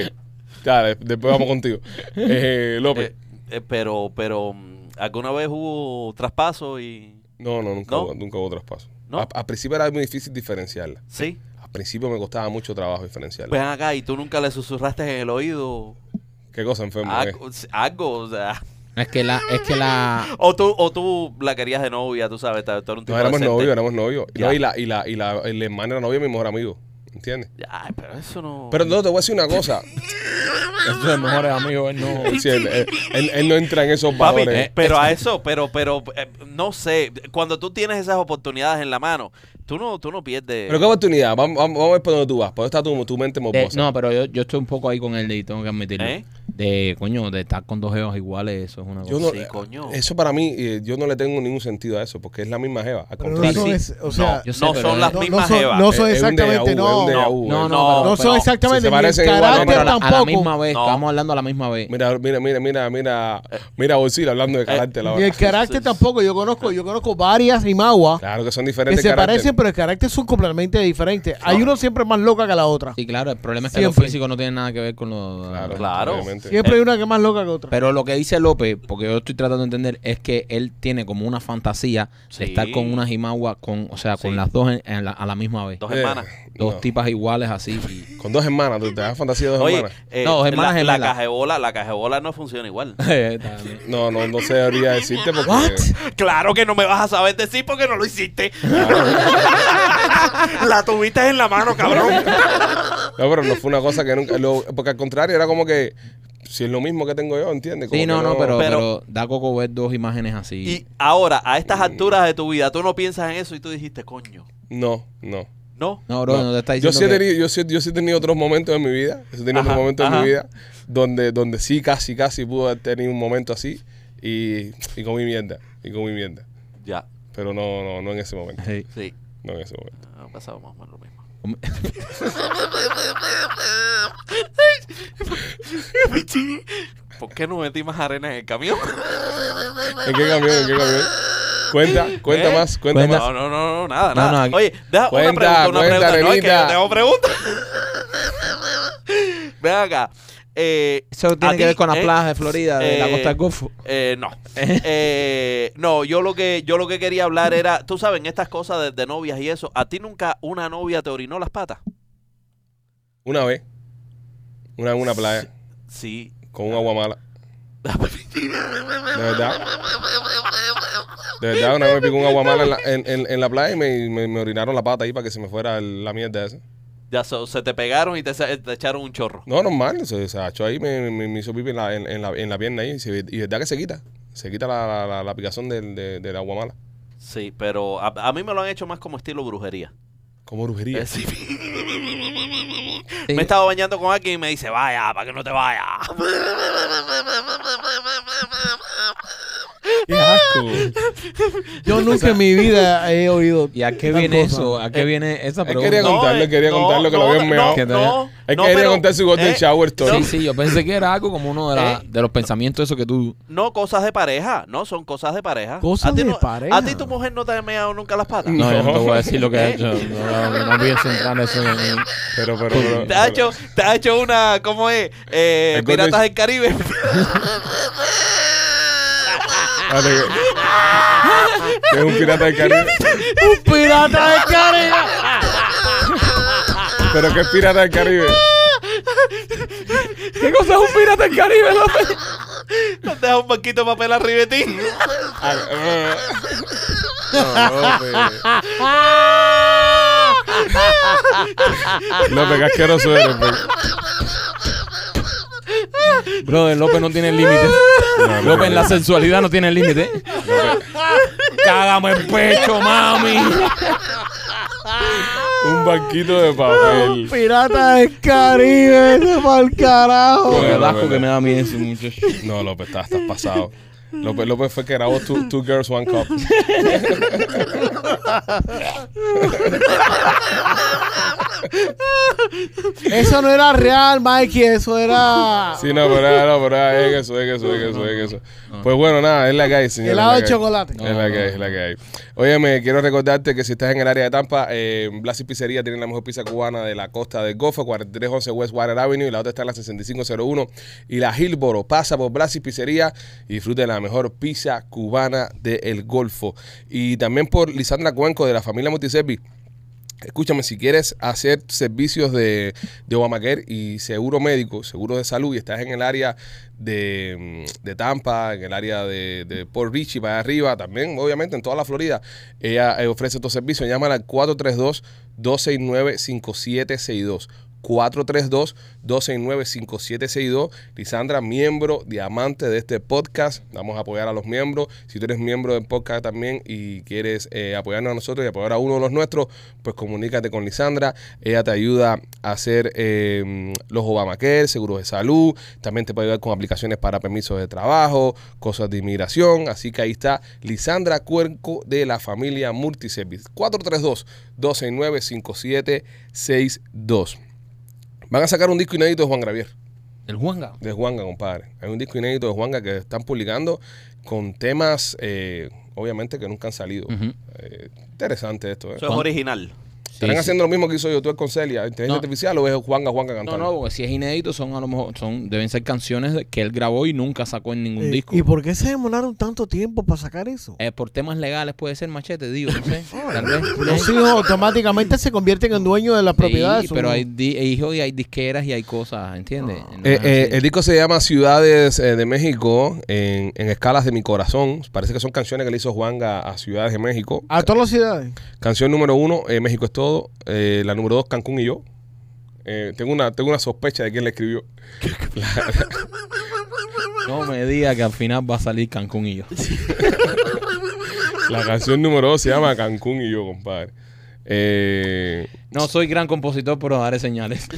S1: Ya, de- después vamos
S4: *laughs*
S1: contigo. Eh, López.
S4: eh, eh, pero, pero. mm, ¿Alguna vez hubo traspaso y.?
S1: No, no, nunca,
S4: ¿No?
S1: Hubo, nunca hubo traspaso.
S4: ¿No?
S1: A- al principio era muy difícil diferenciarla.
S4: Sí.
S1: Al principio me costaba mucho trabajo diferenciarla.
S4: Ven acá y tú nunca le susurraste en el oído
S1: Qué cosa enferma. eh.
S4: algo, algo, o sea. *laughs*
S2: Es que la, es que la.
S4: O tú, o tú la querías de novia, tú sabes, tal- tú eres un tipo
S1: No, éramos
S4: decente.
S1: novios, éramos novios. Y
S4: Ya.
S1: no, y la, y la, y la, el hermano era novio de mi mejor amigo. ¿Entiendes?
S4: Ay, pero eso no.
S1: Pero no, te voy a decir una
S3: *laughs*
S1: cosa.
S2: Eso de mejores amigos, él no.
S1: Sí, él, él- él- él no entra en esos
S4: Papi,
S1: valores.
S4: eh, pero a eso, pero, pero, eh, no sé, cuando tú tienes esas oportunidades en la mano, tú no, tú no pierdes.
S1: Pero qué oportunidad. Vamos, vamos, vamos a ver por dónde tú vas. Por dónde está tu, tu mente
S3: Eh,
S2: De-
S1: morbosa.
S2: no, pero yo, yo estoy un poco ahí con él y tengo que admitirlo.
S4: ¿Eh?
S2: De coño, de estar con dos geos iguales, eso es una cosa.
S1: Yo no,
S4: Sí, coño.
S1: Eso para mí, eh, yo no le tengo ningún sentido a eso, porque es la misma jeva. Al
S3: Pero no
S1: contrario.
S3: son,
S4: sí.
S3: es- o sea,
S2: yo sé,
S4: no
S2: pero
S4: son
S2: es-
S4: las
S3: no, no
S4: mismas
S3: son,
S4: jevas.
S3: no son
S1: Es- es un déjà
S3: exactamente,
S1: vu, es un
S3: no.
S1: déjà
S3: No,
S1: vu,
S2: No,
S1: eh.
S2: no, pero-
S3: son
S1: se
S3: exactamente, ni el
S1: parecen igual,
S2: No, pero
S3: carácter
S2: a la, a la
S3: tampoco.
S2: misma vez,
S4: No.
S2: estamos hablando a la misma vez.
S1: Mira, mira, mira, mira, mira, mira, Bolsil hablando de carácter
S3: Ni
S1: ahora.
S3: el carácter tampoco. Yo conozco, yo conozco varias imaguas
S1: Claro que son
S3: que
S1: diferentes
S3: se
S1: carácter.
S3: parecen, pero el carácter son completamente diferentes. Hay uno siempre más loca que la otra.
S2: Sí, claro, el problema es que
S3: Siempre.
S2: lo físico no tiene nada que ver con lo.
S1: Claro,
S4: Claro.
S1: obviamente.
S3: Siempre hay una que es más loca que otra.
S2: Pero lo que dice López, porque yo estoy tratando de entender, es que él tiene como una fantasía
S4: Sí.
S2: de estar con una jimagua, con, o sea, con
S4: Sí.
S2: las dos en- en la- a la misma vez.
S4: Dos
S1: Eh,
S4: hermanas.
S2: Dos
S1: no.
S2: tipas iguales así. y-
S1: Con dos hermanas, tú te das fantasía de dos
S4: Oye,
S1: hermanas.
S4: eh,
S2: No, dos hermanas
S4: la, la
S2: gemelas.
S4: cajebola, la cajebola no funciona igual.
S1: No, no, no se debería decirte porque.
S4: claro que no me vas a saber decir porque no lo hiciste. *laughs* la tuviste en la mano, cabrón.
S1: *laughs* No, pero no fue una cosa que nunca. lo- porque al contrario, era como que. Si es lo mismo que tengo yo, ¿entiendes? Como
S2: sí,
S1: que
S2: no, no, pero,
S4: pero-
S2: pero da coco ver dos imágenes así.
S4: Y ahora, a estas alturas de tu vida, tú no piensas en eso y tú dijiste, coño,
S1: No, no.
S4: ¿no?
S2: no, bro, no, te está
S1: Yo
S2: diciendo.
S1: sí, he
S2: que-
S1: tenido, yo, sí, yo sí he tenido otros momentos en mi vida. Yo sí he tenido otros
S4: Ajá,
S1: momentos en
S4: ajá.
S1: mi vida donde, donde sí, casi, casi pude tener un momento así y, y comí mierda. Y comí mierda.
S4: Ya,
S1: Pero no, no, no en ese momento.
S2: Sí.
S4: sí.
S1: No en ese momento.
S4: Ha pasado más o menos lo mismo. *laughs* ¿Por qué no metí más arena en el camión?
S1: ¿En qué camión? ¿En qué camión? Cuenta, cuenta
S4: ¿Eh?
S1: más, cuenta,
S2: Cuenta.
S1: más.
S4: No, no, no, no, nada,
S2: No,
S4: nada.
S2: no, aquí-
S4: Oye, deja
S1: Cuenta,
S4: una pregunta, una
S1: cuenta,
S4: pregunta. No, es que
S1: nenita.
S4: yo tengo preguntas. *laughs* Ven acá. Eh,
S2: Eso
S4: a
S2: tiene que
S4: ti,
S2: ver con la
S4: eh,
S2: plaza de Florida, de la
S4: eh,
S2: costa del Golfo.
S4: Eh,
S2: *laughs*
S4: no. Eh, no, yo lo que yo lo que quería hablar era, tú sabes, estas cosas de, de novias y eso, ¿a ti nunca una novia te orinó las patas?
S1: Una vez, una en una playa,
S4: Sí.
S1: con un agua mala. De verdad. De verdad, una vez me picó un agua mala en la, en, en- en la playa y me, me- me orinaron la pata ahí para que se me fuera el- la mierda esa.
S4: *laughs* Ya so- se te pegaron y te, sa- te echaron un chorro.
S1: No, normal, se, se agachó ahí, me, me, me hizo pipi en la, en, en la, en la pierna ahí. Y, se- y verdad que se quita. Se quita la, la, la, la picazón del, de- del agua mala.
S4: Sí, pero a, a mí me lo han hecho más como estilo brujería.
S1: Como brujería.
S4: Eh, sí.
S2: *laughs*
S4: Me he estado bañando con alguien y me dice, vaya, para que no te vaya.
S1: ¡Qué asco!
S3: Yo nunca en mi vida he oído.
S2: ¿Y a qué
S3: tal
S2: viene
S3: cosa.
S2: eso? ¿A qué viene esa
S1: Él
S2: pregunta?
S1: quería contarlo,
S4: eh,
S1: quería contarlo, que lo habían meado.
S2: Que
S4: No,
S2: te-
S4: no,
S1: Él
S4: no,
S1: quería
S4: pero-
S1: contar su golden
S4: eh,
S1: shower story.
S2: Sí, sí, yo pensé que era algo como uno de, la-
S4: Eh.
S2: de los pensamientos esos que tú...
S4: No, cosas de pareja. No, son cosas de pareja.
S3: Cosas
S4: ¿A ti
S3: de
S4: no-
S3: pareja.
S4: A ti tu mujer no te ha meado nunca las patas.
S1: No,
S2: No,
S1: yo
S2: yo
S1: no te
S2: voy a decir lo que he hecho. No, pienso entrar en eso.
S1: Pero, pero, pero-
S4: *laughs* Te ha hecho, te ha hecho una, ¿cómo es? Eh,
S1: El
S4: Piratas
S1: Golden-
S4: del Caribe. *laughs*
S1: Espérate que- que es un pirata del Caribe.
S3: ¡Un pirata de Caribe!
S1: Pero que es pirata del Caribe.
S2: ¿Qué cosa es un pirata del Caribe, López?
S4: Nos deja un banquito de papel arriba de ti.
S3: eh.
S1: Ah, ah. No, López. López, qué asqueroso eres, pues.
S2: Brother, López no tiene límites.
S1: No,
S2: López en la sensualidad no tiene límites. Cágame el pecho, mami.
S1: Un banquito de papel.
S3: ¡Un pirata de Caribe! ¡Ese pa'l carajo!
S1: Bueno,
S2: Porque el asco
S1: bueno.
S2: que me da a mí eso, muchacho.
S1: No, López, estás, estás pasado. López, López fue el que grabó two, Two Girls, One Cup.
S3: Eso no era real, Mikey. Eso era.
S1: Sí, no, pero ah, no, pero ah, es eso, es eso, es eso, es eso. Pues bueno, nada, es la que hay, señor.
S3: Helado de chocolate.
S1: Es la que hay, es la que hay. Óyeme, quiero recordarte que si estás en el área de Tampa, eh, Blas y Pizzería tienen la mejor pizza cubana de la costa del Golfo, 4311 West Water Avenue, y la otra está en la 6501 y la Hillboro. Pasa por Blas y Pizzería y disfrute de la mejor pizza cubana del Golfo. Y también por Lisandra Cuenco de la familia Multiservi. Escúchame, si quieres hacer servicios de, de Obamacare y seguro médico, seguro de salud, y estás en el área de, mm, de Tampa, en el área de, de Port Richie, para arriba, también, obviamente, en toda la Florida, ella eh, ofrece estos servicios. Llámala al 432-269-5762. 432-269-5762. Lisandra, miembro, diamante de este podcast. Vamos a apoyar a los miembros. Si tú eres miembro del podcast también y quieres eh, apoyarnos a nosotros y apoyar a uno de los nuestros, pues comunícate con Lisandra. Ella te ayuda a hacer eh, los Obamacare, seguros de salud. También te puede ayudar con aplicaciones para permisos de trabajo, cosas de inmigración. Así que ahí está Lisandra Cuerco de la familia Multiservice. 432-269-5762. Van a sacar un disco inédito de Juan Gravier,
S2: El Juanga.
S1: de Juanga, compadre. Hay un disco inédito de Juanga que están publicando con temas, eh, obviamente, que nunca han salido.
S2: Ujú.
S1: Eh, interesante esto, ¿eh?
S4: Eso es original.
S1: ¿Estarán
S2: Sí,
S1: haciendo lo mismo que hizo YouTube con Celia? ¿Inteligencia
S2: No.
S1: artificial o es Juanga Juanga
S2: No,
S1: cantando?
S2: no, porque si es inédito son a lo mejor son deben ser canciones de- que él grabó y nunca sacó en ningún
S3: Eh,
S2: disco.
S3: ¿Y por qué se demoraron tanto tiempo para sacar eso?
S2: Eh, por temas legales puede ser machete, digo, no sé. Tal vez.
S3: Los hijos automáticamente se convierten en dueños de la propiedad.
S2: Eh, Sí, pero hay di- hijos y hay disqueras y hay cosas, ¿entiendes? No
S1: Eh,
S2: es
S1: eh,
S2: así.
S1: el disco se llama Ciudades eh, de México en, en escalas de mi corazón. Parece que son canciones que le hizo Juanga a Ciudades de México.
S3: A todas las ciudades.
S1: Canción número uno, eh, México es todo. Eh, la número dos, Cancún y yo. Eh, tengo, una, tengo una sospecha de quién la escribió.
S2: No me diga que al final va a salir Cancún y yo.
S1: La canción número dos se llama Cancún y yo, compadre. Eh,
S2: No soy gran compositor, pero daré
S1: *laughs*
S2: señales.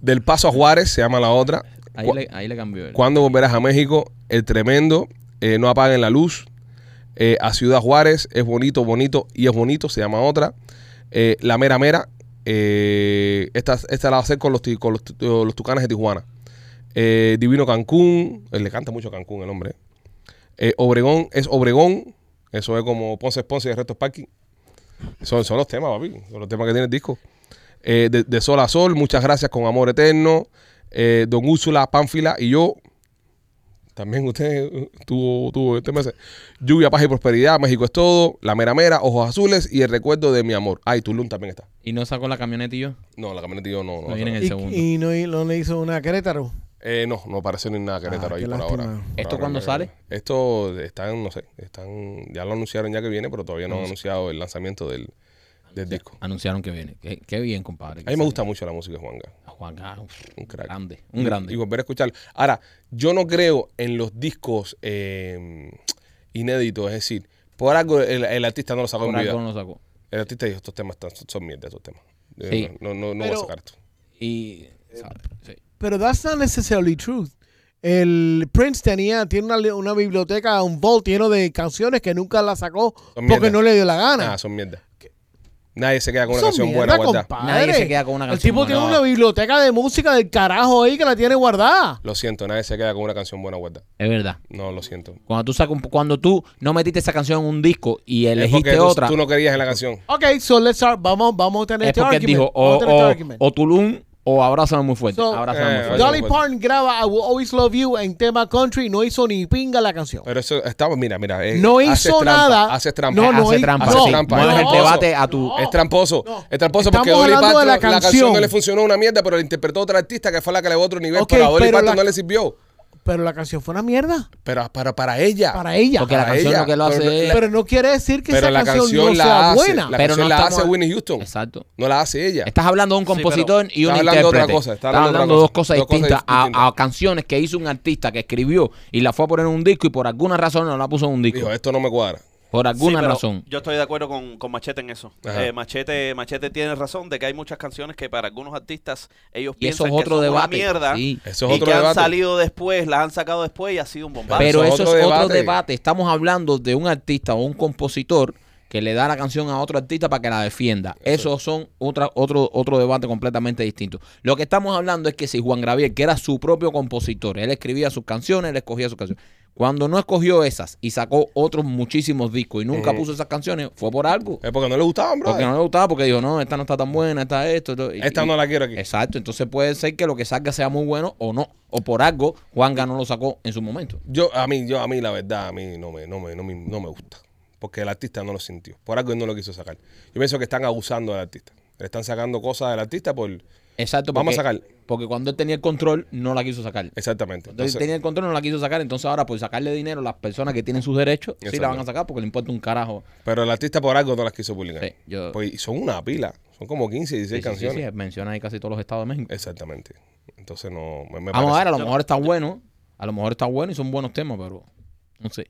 S1: del Paso a Juárez se llama la otra.
S2: Ahí,
S1: Cu-
S2: le, ahí le cambió. él.
S1: ¿Cuándo volverás a México? El tremendo, eh, no apaguen la luz. Eh, a Ciudad Juárez, es bonito, bonito y es bonito, se llama otra. Eh, la mera mera, eh, esta, esta la va a hacer con los, ti- con los, tu- los tucanes de Tijuana. Eh, Divino Cancún, él le canta mucho a Cancún el hombre. Eh, Obregón es Obregón, eso es como Ponce es Ponce y el resto es Parking. Son, son los temas, papi, son los temas que tiene el disco. Eh, de, de Sol a Sol, muchas gracias con amor eterno. Eh, Don Úrsula, Pánfila y yo. También usted eh, tuvo, tuvo este mes. Lluvia, paz y prosperidad, México es todo, La Mera Mera, Ojos Azules y El Recuerdo de mi Amor. Ay, Tulum también está.
S2: Y no sacó la camioneta y yo.
S1: No, la camioneta yo no. No,
S2: No viene en el
S3: Y,
S2: segundo.
S3: y no, y no le hizo una a Querétaro.
S1: Eh, no, no aparece ni nada Querétaro
S3: Ah,
S1: ahí
S3: qué
S1: por
S3: lástima.
S1: ahora. Por
S2: ¿Esto
S1: ahora
S2: cuándo
S1: no-
S2: sale?
S1: Esto están, no sé, están, ya lo anunciaron ya que viene, pero todavía no han anunciado el lanzamiento del, del disco.
S2: Anunciaron que viene. Qué, qué bien, compadre.
S1: A mí me gusta mucho la música de Juanga.
S2: Juan
S1: Un
S2: un
S1: crack.
S2: grande. Un grande.
S1: Y volver a escucharlo. Ahora, yo no creo en los discos eh, inéditos, es decir, por algo el, el artista no lo sacó
S2: Por
S1: en vida.
S2: algo no lo sacó.
S1: El artista dijo, estos temas están- son mierda, estos temas. Eh,
S2: Sí.
S1: No, no, no voy a
S3: Pero-
S1: sacar esto.
S2: Y. sabe, sí.
S3: Pero that's not necessarily true. El Prince tenía, tiene una, una biblioteca, un vault lleno de canciones que nunca la sacó
S1: Son mierda.
S3: porque no le dio la gana.
S1: Ah, son mierda. Nadie se queda con una
S3: Son
S1: canción
S3: mierda,
S1: buena guardada.
S3: compadre.
S2: Nadie se queda con una
S3: El
S2: canción
S3: tipo
S2: buena.
S3: tiene una biblioteca de música del carajo ahí que la tiene guardada.
S1: Lo siento, nadie se queda con una canción buena guardada.
S2: Es verdad.
S1: No, lo siento.
S2: Cuando tú, sacas un- cuando tú no metiste esa canción en un disco y
S1: Es
S2: elegiste
S1: porque tú-
S2: otra,
S1: Tú, no querías en la canción.
S3: Ok, so let's start. Vamos, vamos a tener
S2: es
S3: este
S2: porque él
S3: argument.
S2: dijo oh, o,
S3: Vamos a tener este
S2: o,
S3: argument.
S2: o Tulum o Abrázame muy fuerte.
S3: So,
S2: Abrázame
S1: eh,
S2: muy fuerte.
S1: Oye,
S3: Dolly
S1: bueno.
S3: Parton graba I Will Always Love You en tema country y no hizo ni pinga la canción.
S1: Pero eso estamos, mira, mira. eh,
S3: No
S1: haces
S3: hizo
S1: trampa,
S3: nada.
S1: Haces trampa.
S3: No, no,
S2: Hace
S3: y-
S2: trampa,
S1: no,
S2: sí.
S1: trampa.
S2: Mueves
S1: No,
S2: el debate a tu...
S3: no.
S1: Es tramposo.
S3: No.
S1: Es tramposo
S3: Estamos
S1: porque Dolly
S3: hablando
S1: Parton,
S3: de la
S1: la, canción.
S3: canción.
S1: no le funcionó una mierda, pero la interpretó otra artista que fue la que le dio otro nivel.
S3: Ok,
S1: para Dolly
S3: pero
S1: Parton
S3: la-
S1: no le sirvió.
S3: Pero la canción fue una mierda
S1: Pero para, para ella.
S3: para ella.
S2: Porque la
S1: para
S2: canción
S1: ella,
S2: lo que lo
S1: pero
S2: hace
S1: la-
S2: es...
S3: pero no quiere decir que
S1: pero
S3: esa
S1: la
S3: canción,
S1: canción
S3: no sea
S1: la hace.
S3: buena.
S1: La
S2: Pero
S1: canción
S2: no
S1: la
S2: estamos-
S1: hace Winnie
S2: eh,
S1: Houston.
S2: Exacto.
S1: No la hace ella.
S2: Estás hablando de un
S4: Sí, pero-
S2: compositor y un
S1: Está hablando de otra
S2: intérprete.
S1: cosa, está
S2: Estás
S1: hablando de
S2: hablando de
S1: otra
S2: dos
S1: cosa,
S2: cosas
S1: dos cosas
S2: distintas a,
S1: distintas.
S2: a canciones que hizo un artista que escribió y la fue a poner en un disco y por alguna razón no la puso en un disco.
S1: Dijo, "Eh, esto no me cuadra.
S2: por alguna
S4: Sí, pero
S2: razón.
S4: Yo estoy de acuerdo con, con Machete en eso.
S1: Ajá.
S4: Eh, Machete, Machete tiene razón de que hay muchas canciones que para algunos artistas ellos
S2: Y eso
S4: piensan
S2: es
S4: que
S2: otro
S4: son
S2: debate.
S4: una mierda
S2: sí.
S1: Eso es
S4: y
S1: otro
S4: que han
S1: debate.
S4: salido después, las han sacado después y ha sido un bombazo.
S2: Pero
S1: Eso es
S2: eso es
S1: otro
S2: otro debate.
S1: debate.
S2: Estamos hablando de un artista o un compositor que le da la canción a otro artista para que la defienda. Eso son otra, otro, otro debate completamente distinto. Lo que estamos hablando es que si Juan Gabriel, que era su propio compositor, él escribía sus canciones, él escogía sus canciones. Cuando no escogió esas y sacó otros muchísimos discos y nunca
S1: Ujú.
S2: puso esas canciones, fue por algo.
S1: Es porque no le gustaban, Eh. bro.
S2: Porque no le gustaba, porque dijo, no, esta no está tan buena, esta esto. esto", y-
S1: Esta
S2: y-
S1: no la quiero aquí.
S2: Exacto, entonces puede ser que lo que salga sea muy bueno o no. O por algo, Juanga no lo sacó en su momento.
S1: Yo, a mí, yo, a mí, la verdad, a mí no me, no me, no me, no me gusta. Porque el artista no lo sintió. Por algo él no lo quiso sacar. Yo pienso que están abusando del artista. Le están sacando cosas del artista por.
S2: Exacto.
S1: Vamos
S2: porque-
S1: a sacar.
S2: Porque cuando él tenía el control, no la quiso sacar.
S1: Exactamente.
S2: Entonces,
S1: Entonces,
S2: tenía el control, no la quiso sacar. Entonces, ahora por sacarle dinero, las personas que tienen sus derechos, sí la
S1: Exacto.
S2: van a sacar porque le importa un carajo.
S1: Pero el artista por algo no las quiso publicar.
S2: Sí, yo-
S1: Pues, y son una pila. Son como 15, 16
S2: Sí, sí, sí,
S1: canciones.
S2: sí, menciona ahí casi todos los estados de México.
S1: Exactamente. Entonces no. Me, me
S2: Vamos a ver,
S1: parece-
S2: a lo mejor está bueno. A lo mejor está bueno y son buenos temas, pero no sé.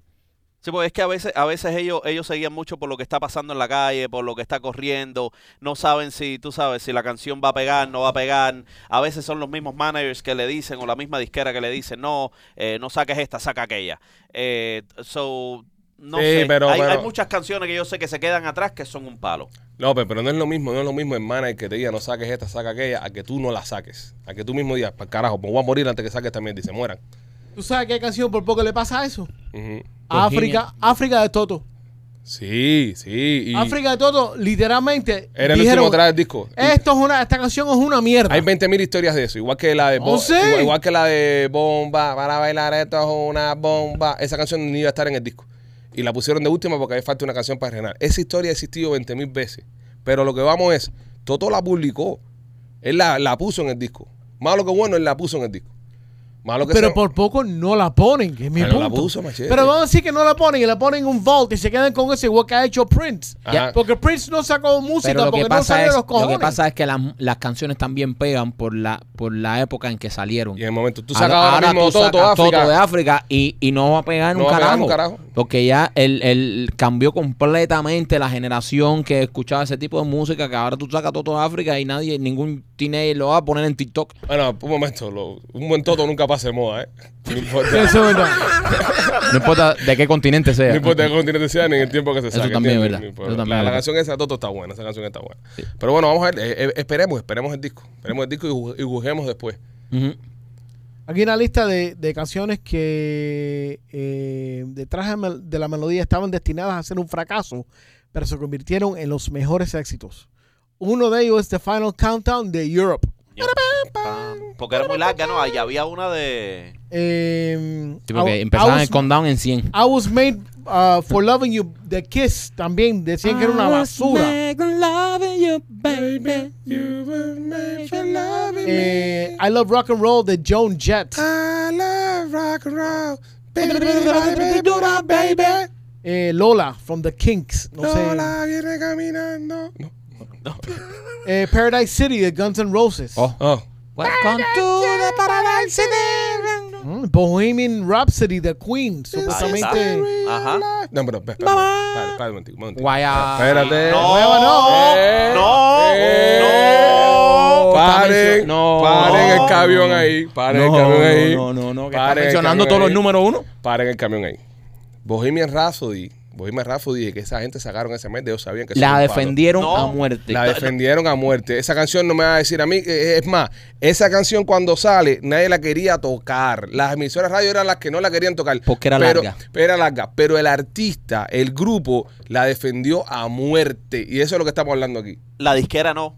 S4: Sí, pues es que a veces, a veces ellos, ellos se guían mucho por lo que está pasando en la calle, por lo que está corriendo, no saben si, tú sabes, si la canción va a pegar, no va a pegar. A veces son los mismos managers que le dicen o la misma disquera que le dicen, no, eh, no saques esta, saca aquella. Eh, so, no
S1: Sí,
S4: sé.
S1: pero-
S4: hay, hay
S1: pero-
S4: muchas canciones que yo sé que se quedan atrás que son un palo.
S1: No, pero, pero no es lo mismo, no es lo mismo, hermana, el que te diga no saques esta, saca aquella, a que tú no la saques. A que tú mismo digas, para carajo, pues voy a morir antes que saques también, dice, mueran.
S3: ¿Tú sabes qué canción por poco le pasa eso?
S1: Ujú. Pues
S3: África, África de Toto.
S1: Sí, sí. y
S3: África de Toto, literalmente.
S1: Era el
S3: dijeron,
S1: último track del disco.
S2: este
S3: Esto es una, esta canción es una mierda.
S1: Hay 20.000 historias de eso, igual que la de
S3: No
S1: bo-
S3: sé.
S1: igual, igual que la de Bomba, para bailar esto es una bomba. Esa canción ni iba a estar en el disco. Y la pusieron de última porque había falta una canción para rellenar. Esa historia ha existido 20.000 veces. Pero lo que vamos es, Toto la publicó. Él la, la puso en el disco. Malo que bueno, él la puso en el disco. Malo que
S3: pero
S1: sea-
S3: por poco no la ponen, que es mi
S1: Pero la
S3: punto.
S1: puso, machete.
S3: Pero vamos a decir que no la ponen y la ponen en un vault y se quedan con ese igual que ha hecho Prince.
S1: Ajá.
S3: Porque Prince no sacó
S2: Pero
S3: música
S2: lo
S3: porque
S2: que,
S3: no
S2: pasa
S3: salió
S2: es,
S3: de los
S2: lo
S3: cojones.
S2: que pasa es que las, las canciones también pegan por la, por la época en que salieron.
S1: Y en el momento, tú sacas
S2: Ahora-
S1: ahora
S2: ahora
S1: mismo
S2: tú
S1: Toto,
S2: sacas
S1: África.
S2: Toto de África y, y no va a pegar en
S1: No
S2: un,
S1: va a pegar en
S2: carajo,
S1: un carajo.
S2: Porque ya él, él cambió completamente la generación que escuchaba ese tipo de música que ahora tú sacas Toto de África y nadie, ningún teenager lo va a poner en TikTok.
S1: Bueno, un momento, lo- un buen Toto nunca pasa de moda, ¿eh? *laughs* No importa,
S3: Eso es verdad.
S2: No importa de qué continente sea. eh,
S1: no importa el continente sea ni en el tiempo que se
S2: Eso
S1: saque.
S2: también es
S1: ¿entiendes?
S2: verdad.
S1: Ni-
S2: Eso
S1: pero
S2: también
S1: la,
S2: es
S1: la
S2: verdad.
S1: canción esa de Toto está buena, esa canción está buena. Pero bueno, vamos a ver, eh, eh, esperemos, esperemos el disco. Esperemos el disco y, ju- y juzguemos después.
S2: Ujú.
S3: Aquí una lista de, de canciones que eh, detrás de mel- de la melodía estaban destinadas a ser un fracaso, pero se convirtieron en los mejores éxitos. Uno de ellos es The Final Countdown de Europe.
S4: Porque era muy larga, ¿no? Ahí había una de...
S3: Eh,
S2: Sí, porque
S3: I-
S2: empezaban el
S3: I was,
S2: countdown en 100.
S3: I was made uh, for loving you. The Kiss también decían que era una basura. Eh, I love rock and roll de Joan Jett. Eh, Lola from The Kinks. No sé.
S1: viene caminando. No.
S3: Eh, Paradise City de Guns N' Roses.
S2: Oh.
S1: Oh,
S2: Welcome to the paradise.
S3: Mm, Bohemian Rhapsody de Queen,
S4: Ahí está.
S3: supuestamente.
S4: Ajá.
S1: no, pero espera, espera, espera, espera un momentico, un momentico.
S2: Guaya.
S1: Espérate.
S4: Eh, No,
S1: Eh,
S4: no,
S1: eh,
S2: está mencio-
S1: Paren,
S2: no.
S1: paren el camión ahí. Paren
S2: no,
S1: el camión ahí.
S2: No, no, no, no, que está
S1: Paren el
S2: mencionando
S1: camión
S2: todos los
S1: ahí.
S2: números uno.
S1: Paren el camión ahí. Bohemian Rhapsody. Bohemian Rhapsody, que esa gente sacaron ese mes, ellos sabían que eso
S2: La
S1: era un palo.
S2: defendieron
S4: No.
S2: a muerte.
S1: La defendieron a muerte. Esa canción no me va a decir a mí. eh, Es más, esa canción cuando sale, nadie la quería tocar. Las emisoras de radio eran las que no la querían tocar.
S2: Porque era
S1: pero,
S2: larga.
S1: pero Era larga. Pero el artista, el grupo, la defendió a muerte. Y eso es lo que estamos hablando aquí.
S4: La disquera no.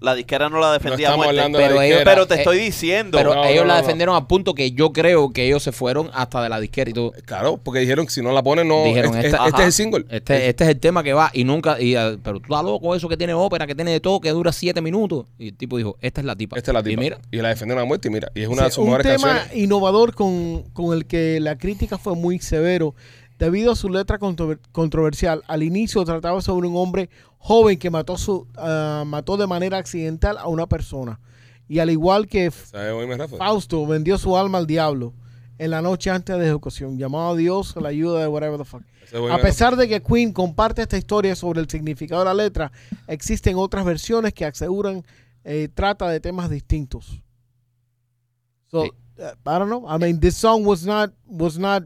S4: La disquera no la defendía
S1: estamos
S4: a muerte.
S1: hablando de
S4: pero,
S1: la disquera.
S4: pero te
S2: Eh,
S4: estoy diciendo.
S2: Pero
S1: No,
S2: ellos
S1: no,
S2: la
S1: no.
S2: defendieron al punto que yo creo que ellos se fueron hasta de la disquera y todo.
S1: Claro, porque dijeron que si no la ponen, no.
S2: Dijeron,
S1: este,
S2: esta-
S1: este es
S4: ajá.
S1: el single.
S2: Este, este es el tema que va y nunca. Y, ah, pero tú estás loco, eso que tiene ópera, que tiene de todo, que dura siete minutos. Y el tipo dijo: Esta es la tipa.
S1: Esta Este es la
S2: Y
S1: tipa.
S2: mira,
S1: Y la defendieron a muerte. Y mira, y es una
S3: Sí,
S1: de sus
S3: un
S1: mejores
S3: tema
S1: canciones.
S3: innovador con, con el que la crítica fue muy severo debido a su letra controver- controversial. Al inicio trataba sobre un hombre joven que mató, su, ah, mató de manera accidental a una persona. Y al igual que F-
S1: ¿Sabes, Bohemian Rhapsody?
S3: Fausto vendió su alma al diablo en la noche antes de ejecución, llamado a Dios a la ayuda de whatever the fuck.
S1: Ese es Bohemian
S3: A pesar de que Queen comparte esta historia sobre el significado de la letra, existen otras versiones que aseguran eh, trata de temas distintos. So,
S2: Sí.
S3: uh, I don't know. I mean, this song was not, was not,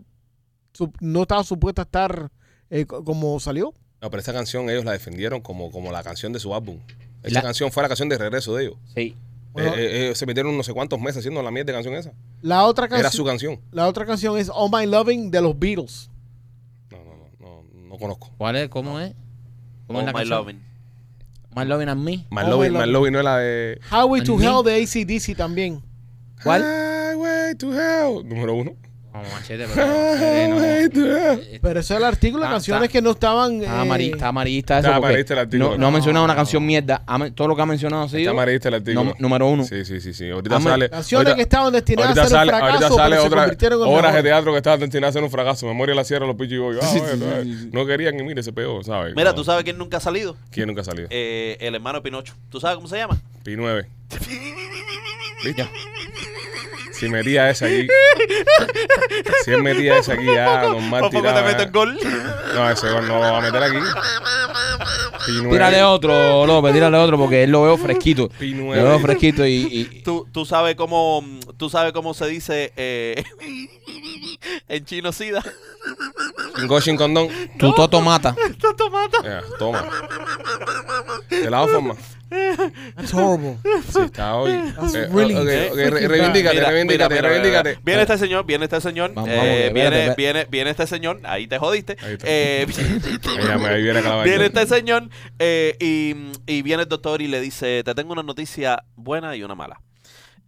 S3: sup- no estaba supuesta a estar eh, co- como salió.
S1: No, pero esa canción ellos la defendieron como, como la canción de su álbum. Esa
S2: La-
S1: canción fue la canción de regreso de ellos.
S2: sí.
S3: Bueno.
S1: Eh, eh, ellos se metieron no sé cuántos meses haciendo la mierda de canción esa.
S3: La otra
S1: Era su
S3: canción,
S1: canción.
S3: la otra canción es All My Loving de los Beatles.
S1: No, no, no, no, no conozco.
S2: ¿Cuál es? ¿Cómo es? ¿Cómo
S4: Oh,
S2: es la
S4: my
S2: canción?
S4: loving.
S2: My loving and me.
S1: My
S3: Oh,
S1: Loving,
S3: my
S1: My Loving no es la de.
S3: Highway to
S2: And me.
S3: Hell de ACDC también.
S2: ¿Cuál?
S1: Highway to Hell. Número uno.
S2: No, machete, pero. eh, no.
S1: Highway to Hell.
S3: Pero eso es el artículo de
S2: Ah,
S3: canciones
S2: está.
S3: que no estaban.
S2: Está
S3: eh,
S2: amarilla, está amarillista eso.
S1: Está
S2: porque
S1: amarillista el artículo.
S2: No, no ha mencionado una canción mierda. Ha men- todo lo que ha mencionado ha
S1: Está
S2: sido
S1: amarillista el artículo.
S2: nom- número uno.
S1: Sí, sí, sí, sí. Ahorita
S2: Hombre,
S1: sale.
S3: Canciones que
S1: ahorita-
S3: estaban destinadas
S1: Ahorita
S3: a ser un
S1: sale,
S3: fracaso,
S1: ahorita sale
S3: pero se
S1: otra
S3: convirtieron en
S1: horas de
S3: mejores.
S1: teatro que estaban destinadas a ser un fracaso. Memoria de la Sierra, los pichis Ah, bueno, eh, No querían y mire, se pegó, ¿sabes?
S4: Mira,
S1: No.
S4: tú sabes quién nunca ha salido.
S1: ¿Quién nunca ha salido?
S4: Eh, el hermano de Pinocho. ¿Tú sabes cómo se llama?
S1: Pi 9. ¿Viste? Si metía esa aquí. Si él metía esa aquí, ya, normal
S4: Por poco Oh, te
S1: tiraba,
S4: meto
S1: ya.
S4: el gol.
S1: No, ese gol no lo va a meter aquí. Pi 9.
S2: Tírale otro, López, tírale otro porque él lo veo fresquito.
S1: Pi
S2: Lo
S1: nueve.
S2: veo fresquito y. y-
S4: Tú, tú sabes cómo tú sabes cómo se dice eh, *laughs* en chino sida.
S1: Go sin condón.
S2: tu toto mata.
S1: Ya, toma. De la forma.
S3: That's horrible.
S1: Sí, está hoy. Eh,
S3: really
S1: ok, ok, re- reivindícate,
S3: freaking
S4: Mira, mira,
S1: reivindícate,
S4: mira,
S1: reivindícate.
S4: mira. Viene este señor, viene este señor,
S2: Vamos,
S4: eh,
S2: vamos, que
S4: viene,
S2: espérate,
S4: viene, viene este señor, ahí te jodiste.
S1: Ahí está.
S4: Eh, *laughs*
S1: Ella me viene a clavar.
S4: viene este señor eh, y, y viene el doctor y le dice, te tengo una noticia buena y una mala.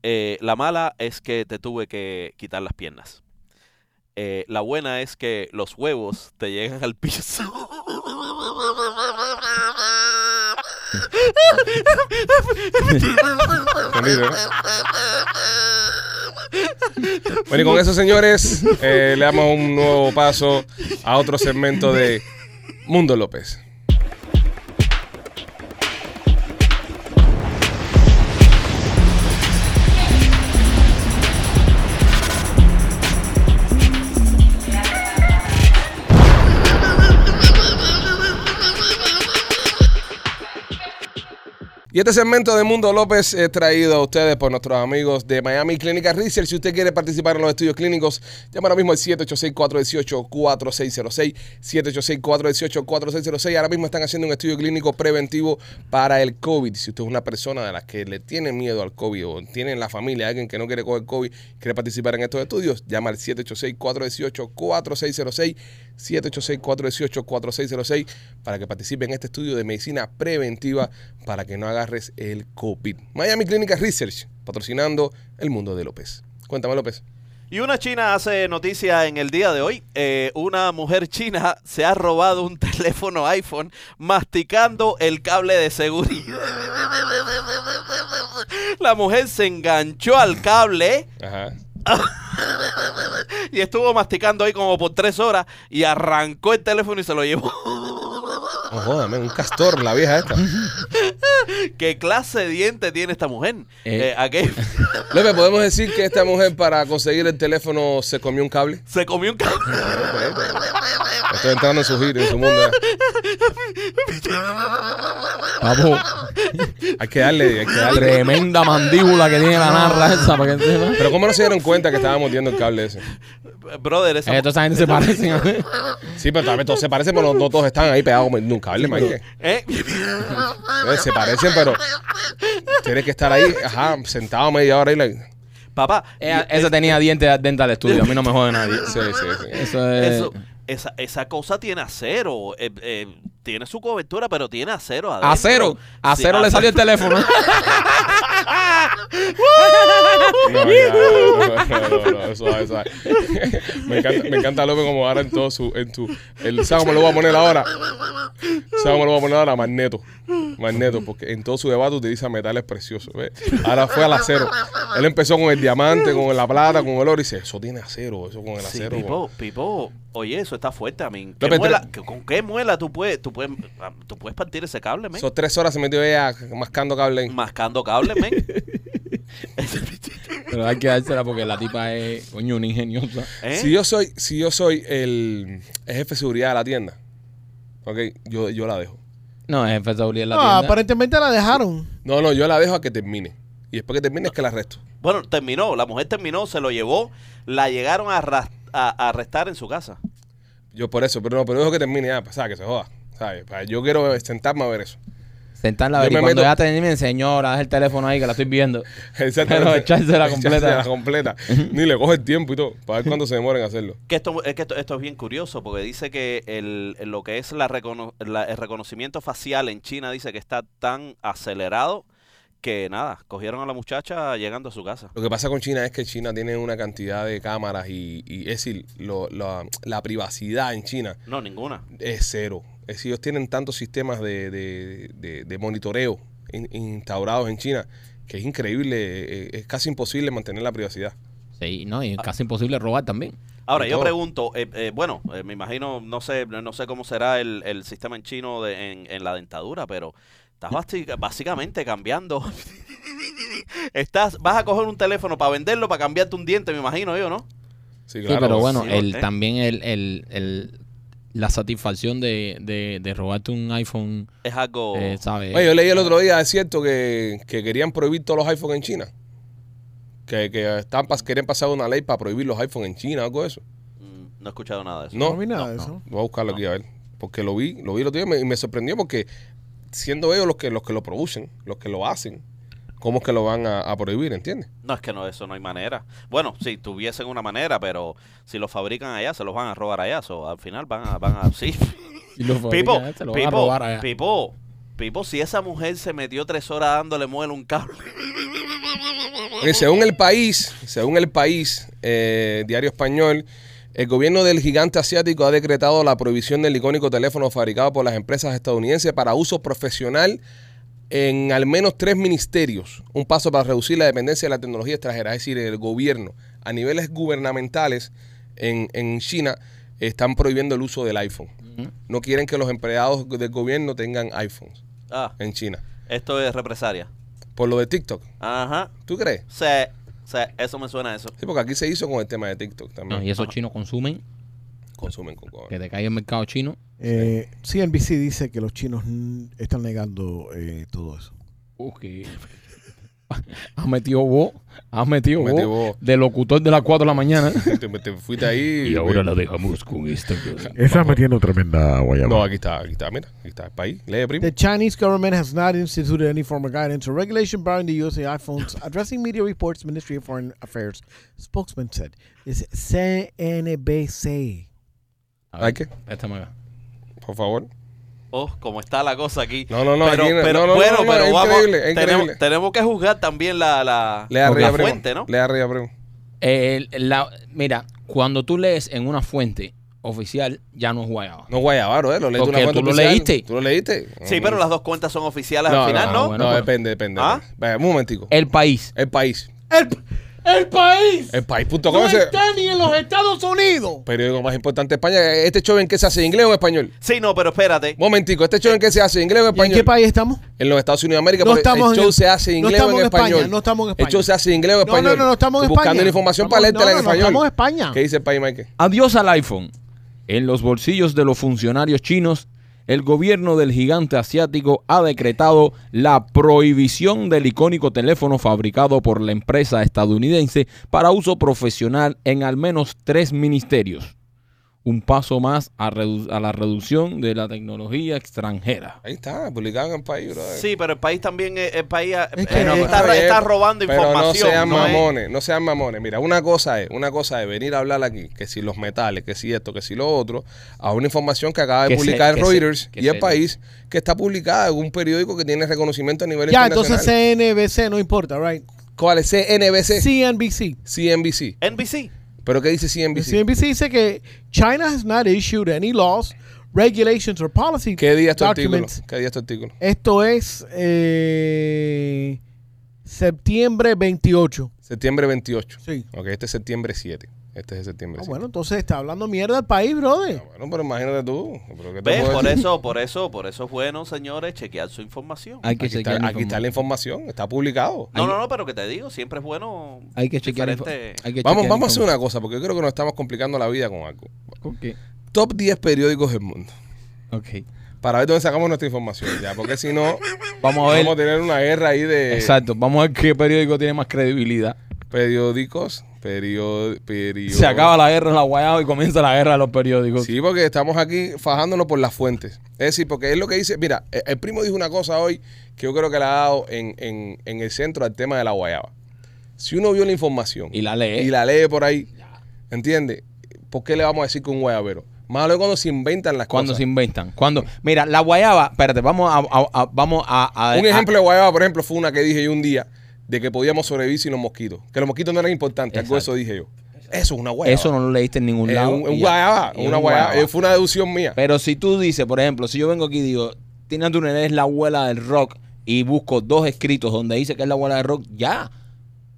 S4: Eh, la mala es que te tuve que quitar las piernas. Eh, la buena es que los huevos te llegan al piso.
S1: Entendido, ¿no? Bueno, y con eso, señores, eh, le damos un nuevo paso a otro segmento de Mundo López. Y este segmento de Mundo López es traído a ustedes por nuestros amigos de Miami Clinical Research. Si usted quiere participar en los estudios clínicos, llama ahora mismo al 786-418-4606. 786-418-4606. Ahora mismo están haciendo un estudio clínico preventivo para el COVID. Si usted es una persona de las que le tiene miedo al COVID o tiene en la familia alguien que no quiere coger COVID, quiere participar en estos estudios, llama al 786-418-4606. 786-418-4606 para que participe en este estudio de medicina preventiva para que no agarres el COVID. Miami Clinical Research, patrocinando el mundo de López. Cuéntame, López.
S4: Y una china hace noticia en el día de hoy. Eh, una mujer china se ha robado un teléfono iPhone masticando el cable de seguridad. La mujer se enganchó al cable
S1: Ajá.
S4: *laughs* y estuvo masticando ahí como por tres horas y arrancó el teléfono y se lo llevó. *laughs*
S1: No jodas, man, un castor, la vieja esta.
S4: ¿Qué clase de diente tiene esta mujer?
S2: Eh.
S4: Eh, *laughs* aquel-
S1: López, ¿podemos decir que esta mujer para conseguir el teléfono se comió un cable?
S4: se comió un cable.
S1: Estoy entrando en su giro, en su mundo. ya.
S2: Papo,
S1: Hay que darle, hay que darle.
S2: tremenda mandíbula que tiene la narra esa. Para que sepa.
S1: Pero ¿cómo no se dieron cuenta que estábamos viendo el cable ese?
S4: *laughs* Brother, esa
S2: Eh, toda esa gente se parecen a mí.
S1: Sí, pero también todos se parecen, pero no, no todos están ahí pegados como en un cable, Mike.
S4: ¿Eh? *laughs*
S1: Eh, Se parecen, pero tienes que estar ahí, ajá, sentado media hora y la... Sí,
S4: Papá,
S2: Esa esa tenía dientes de dental estudio. A mí no me jode nadie.
S1: sí, sí.
S2: *laughs* Eso es.
S4: eso- esa, esa cosa tiene acero. eh, eh, tiene su cobertura, pero tiene acero adentro.
S2: Acero. Acero
S4: Sí, ah,
S2: le salió el teléfono.
S1: No, ya, no, no, no, no, suave, suave. me encanta, me encanta López como ahora en todo su, en tu, el sábado me lo voy a poner ahora. Sábado me lo voy a poner ahora magneto. Magneto, porque en todo su debate utiliza metales preciosos. ¿ves? Ahora fue al acero. Él empezó con el diamante, con la plata, con el oro y dice, eso tiene acero, eso con el
S4: Sí,
S1: acero. con-
S4: Pipo, Pipo, oye, eso está fuerte. A mí, ¿Qué
S1: López,
S4: muela-
S1: pero-
S4: qué- ¿Con qué muela tú puedes, tú puedes, ah, tú puedes partir ese cable, men?
S1: Son tres horas se metió ella mascando cable. ahí.
S4: Mascando cable, men.
S2: *laughs* Pero hay que dársela porque la tipa es, coño, una ingeniosa.
S4: ¿Eh?
S1: Si yo soy, si yo soy el, el jefe de seguridad de la tienda, ok, yo, yo la dejo.
S2: No, es jefe de seguridad en la
S3: No,
S2: tienda.
S3: aparentemente la dejaron.
S1: No, no, yo la dejo a que termine. Y después que termine es que la arresto.
S4: Bueno, terminó, la mujer terminó, se lo llevó, la llegaron a, arras- a- a arrestar en su casa.
S1: Yo por eso, pero no, pero dejo que termine ya, pues, ¿sabes? Que se joda. ¿sabes? Pa- Yo quiero sentarme a ver eso. *laughs*
S2: Sentarla
S1: Yo
S2: a ver. Y
S1: me
S2: cuando
S1: meto-
S2: ya te dime, señora, deja el teléfono ahí que la estoy viendo.
S1: Exactamente.
S2: Pero echársela completa.
S1: Echársela completa. Ni le coge el tiempo y todo, para ver cuándo se demoren a hacerlo.
S4: Que esto, es que esto, esto es bien curioso porque dice que el, lo que es la recono- la- el reconocimiento facial en China dice que está tan acelerado que nada, cogieron a la muchacha llegando a su casa.
S1: Lo que pasa con China es que China tiene una cantidad de cámaras y, y es decir, lo- la- la privacidad en China
S4: No, ninguna.
S1: es cero. Es decir, ellos tienen tantos sistemas de, de- de- de monitoreo in- instaurados en China que es increíble, eh, es casi imposible mantener la privacidad.
S2: Sí, no, y es casi imposible robar también.
S4: Ahora,
S1: Y
S4: yo
S1: todo.
S4: pregunto, eh, eh, bueno, eh, me imagino, no sé, no no sé cómo será el, el sistema en chino de, en, en la dentadura, pero estás básica- básicamente cambiando. *laughs* estás, vas a coger un teléfono para venderlo, para cambiarte un diente, me imagino yo, ¿no?
S1: Sí,
S2: sí, pero bueno,
S4: sí,
S2: el,
S4: ¿eh?
S2: también el, el, el- la satisfacción de, de, de robarte un iPhone,
S4: Es algo...
S2: eh, ¿sabes?
S1: Oye, yo leí el otro día, es cierto, que, que querían prohibir todos los iPhones en China. Que, que están pas- querían pasar una ley para prohibir los iPhones en China, algo de eso.
S4: mm, no he escuchado nada de eso.
S1: No,
S3: No vi nada de eso.
S1: voy a buscarlo aquí a ver. Porque lo vi, lo vi el otro día y me, y me sorprendió porque siendo ellos los que, los que lo producen, los que lo hacen, ¿cómo es que lo van a, a prohibir, entiendes?
S4: No, es que no, eso no hay manera. Bueno, si tuviesen una manera, pero si los fabrican allá, se los van a robar allá. so, al final van a... Van a
S2: *laughs*
S4: sí.
S2: Y lo fabrican,
S4: *laughs* Pipo,
S2: eh, se lo van a
S4: Pipo,
S2: robar allá.
S4: Pipo, Pipo, si esa mujer se metió tres horas dándole muela a un cable... *laughs*
S1: Eh, según el país, según el país, eh, Diario Español, el gobierno del gigante asiático ha decretado la prohibición del icónico teléfono fabricado por las empresas estadounidenses para uso profesional en al menos tres ministerios. Un paso para reducir la dependencia de la tecnología extranjera, es decir, el gobierno a niveles gubernamentales en, en China están prohibiendo el uso del iPhone. No quieren que los empleados del gobierno tengan iPhones
S4: Ah,
S1: en China.
S4: esto es represalia.
S1: Por lo de TikTok,
S4: Ajá.
S1: ¿tú crees?
S4: Se, se, eso me suena a eso.
S1: Sí, porque aquí se hizo con el tema de TikTok también.
S2: No, y esos chinos consumen,
S1: consumen con coca
S2: que te cae el mercado chino.
S3: Eh, CNBC dice que los chinos mm, están negando eh, todo eso.
S2: Ok. *laughs* has metido vos, has metido,
S1: Metí
S2: vos,
S1: vos.
S2: de locutor de las 4 de la mañana.
S3: Eh.
S1: Te, te fuiste
S3: *laughs*
S1: ahí.
S6: Y ahora la dejamos con esta.
S7: Estás metiendo tremenda guayaba.
S1: No, aquí está, aquí está, mira, aquí está el país. Lee, primo.
S3: The Chinese government has not instituted any formal guidance or regulation barring the use of *laughs* iPhones. Addressing media reports, Ministry of Foreign Affairs spokesman said, "Is CNBC."
S1: ¿Hay que?
S2: Préstame acá.
S1: Por favor.
S4: Oh, como está la cosa aquí.
S1: No, no, no,
S4: Pero,
S1: aquí no-
S4: pero
S1: no, no,
S4: bueno,
S1: no, no,
S4: pero
S1: es
S4: vamos.
S1: increíble, es increíble.
S4: tenemos, tenemos que juzgar también la, la,
S1: Lee
S4: la
S1: arriba, primo.
S4: fuente, ¿no?
S1: Lee arriba, primo.
S2: El- la- mira, cuando tú lees en una fuente oficial, ya no es guayaba.
S1: No, Guayabaro, ¿eh? Lo leíste
S2: Porque
S1: una cuenta
S2: tú lo
S1: oficial.
S2: leíste.
S1: ¿Tú lo leíste?
S4: Sí,
S1: Mm.
S4: pero las dos cuentas son oficiales
S1: No,
S4: al final, ¿no?
S1: No,
S2: bueno,
S1: no,
S3: pues-
S2: pero-
S1: depende, depende.
S4: ¿Ah?
S1: Vaya, un momentico. El,
S2: El país.
S1: país.
S3: El país
S1: El país.com es el
S3: ni en los Estados Unidos.
S1: periódico más importante de España. ¿Este show en qué se hace? ¿En inglés o en español?
S4: Sí, no, pero espérate.
S1: Momentico, ¿este show en qué se hace? ¿En inglés o en
S3: ¿Y en
S1: español?
S3: qué país estamos?
S1: En los Estados Unidos de América,
S3: No
S1: porque
S3: estamos
S1: el
S3: en
S1: show
S3: el-
S1: se hace en
S3: no
S1: inglés o en,
S3: estamos en España,
S1: español.
S3: no estamos en España.
S1: El show se hace en inglés o en
S3: No, no,
S1: español.
S3: no, no estamos en
S1: Estoy Buscando
S3: España.
S1: la información
S3: Estamos-
S1: para leerte
S3: no,
S1: la
S4: Ah.
S3: no,
S1: en
S3: no,
S1: español.
S3: estamos en España.
S1: ¿Qué dice el país, Mike?
S2: Adiós al iPhone. En los bolsillos de los funcionarios chinos, el gobierno del gigante asiático ha decretado la prohibición del icónico teléfono fabricado por la empresa estadounidense para uso profesional en al menos tres ministerios. Un paso más a, redu- a la reducción de la tecnología extranjera.
S1: Ahí está, publicado en el país, brother.
S4: Sí, pero el país también, eh, el país eh,
S3: Es que-
S4: eh,
S3: No,
S4: está,
S1: pero-
S4: está robando
S1: pero
S4: información.
S1: No sean
S4: ¿no es?
S1: mamones, no sean mamones. Mira, una cosa es, una cosa es venir a hablar aquí, que si los metales, que si esto, que si lo otro, a una información que acaba de
S2: Que se-
S1: publicar
S2: que se-
S1: Reuters
S2: que
S1: y el
S2: se-
S1: país, que está publicada en un periódico que tiene reconocimiento a nivel
S3: Ya, entonces
S1: internacional.
S4: eh,
S3: CNBC no importa, right?
S1: ¿Cuál es? CNBC,
S3: CNBC.
S1: CNBC.
S4: NBC.
S1: ¿Pero qué dice CNBC?
S3: CNBC dice que China has not issued any laws, regulations or policy
S1: ¿Qué día es tu artículo?
S3: documents.
S1: ¿Qué día es tu artículo?
S3: Esto es eh, septiembre 28.
S1: Septiembre 28.
S3: Sí.
S1: Ok, este es septiembre 7. Este es el
S4: Ah,
S1: septiembre 7.
S3: Ah, bueno, entonces está hablando mierda al país, brother.
S1: Ah, bueno, pero imagínate tú. ¿pero qué te
S4: ¿Ves?
S1: puedo
S4: Por
S1: decir?
S4: eso, por eso, por eso es bueno, señores, chequear su información.
S2: Hay que
S1: Aquí está,
S2: chequear la
S1: aquí está
S2: informa-
S1: la información, está publicado.
S4: No, no, no, pero que te digo, siempre es bueno.
S2: Hay que chequear. info-
S4: diferente-
S2: hay que
S1: Vamos,
S2: chequear
S1: vamos a hacer
S2: informa-
S1: una cosa, porque yo creo que nos estamos complicando la vida con algo.
S2: Ok.
S1: Top 10 periódicos del mundo.
S2: Ok.
S1: Para ver dónde sacamos nuestra información ya, porque si no,
S2: *laughs* Vamos a ver.
S1: vamos a tener una guerra ahí de
S2: Exacto. Vamos a ver qué periódico tiene más credibilidad.
S1: periódicos. Periód, periód-
S2: Se acaba la guerra en la Guayaba y comienza la guerra de los periódicos.
S1: Sí, porque estamos aquí fajándonos por las fuentes. Es decir, porque es lo que dice. Mira, eh, el primo dijo una cosa hoy que yo creo que le ha dado en, en- en el centro al tema de la guayaba. Si uno vio la información
S2: Y la lee.
S1: y la lee por ahí, ¿entiendes? ¿Por qué le vamos a decir que un guayabero? Malo es cuando se inventan las
S2: Cuando se
S1: cosas.
S2: inventan. Cuando, mira, la guayaba, espérate, vamos a, a- a- vamos a, a-
S1: Un
S2: a-
S1: ejemplo de guayaba, por ejemplo, fue una que dije yo un día de que podíamos sobrevivir sin los mosquitos. Que los mosquitos no eran importantes. Algo de eso dije yo. Eso es una guayaba.
S2: eso no lo leíste en ningún
S1: Es
S2: lado.
S1: un, un
S2: y ya.
S1: guayaba.
S2: Y
S1: Una
S2: un
S1: guayaba.
S2: guayaba.
S1: Eh, Fue una deducción mía.
S2: Pero si tú dices, por ejemplo, si yo vengo aquí y digo, Tina Turner es la abuela del rock y busco dos escritos donde dice que es la abuela del rock, ya.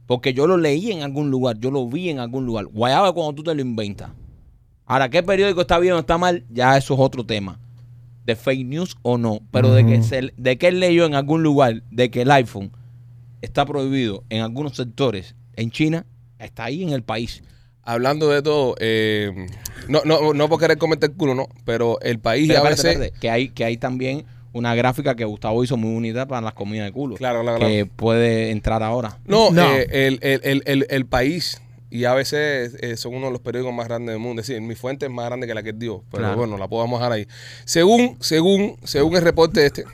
S2: Porque yo lo leí en algún lugar, yo lo vi en algún lugar. Guayaba es cuando tú te lo inventas. Ahora, ¿qué periódico está bien o está mal? Ya eso es otro tema. De fake news o no. Pero de, que se, de que él leyó en algún lugar de que el iPhone está prohibido en algunos sectores en China, está ahí en el país.
S1: Hablando de todo, eh, no, no, no por querer comerte el culo, no, pero el país
S2: Pero
S1: a
S2: espérate,
S1: veces.
S2: espérate, que, hay, que hay también una gráfica que Gustavo hizo muy bonita para las comidas de culo.
S1: Claro, claro,
S2: Que puede entrar ahora.
S1: No,
S3: No.
S1: eh, el, el- el- el- el país y a veces eh, son uno de los periódicos más grandes del mundo. Es decir, mi fuente es más grande que la que dio, pero
S2: Claro.
S1: bueno, la podemos dejar ahí. Según, según, según el reporte este,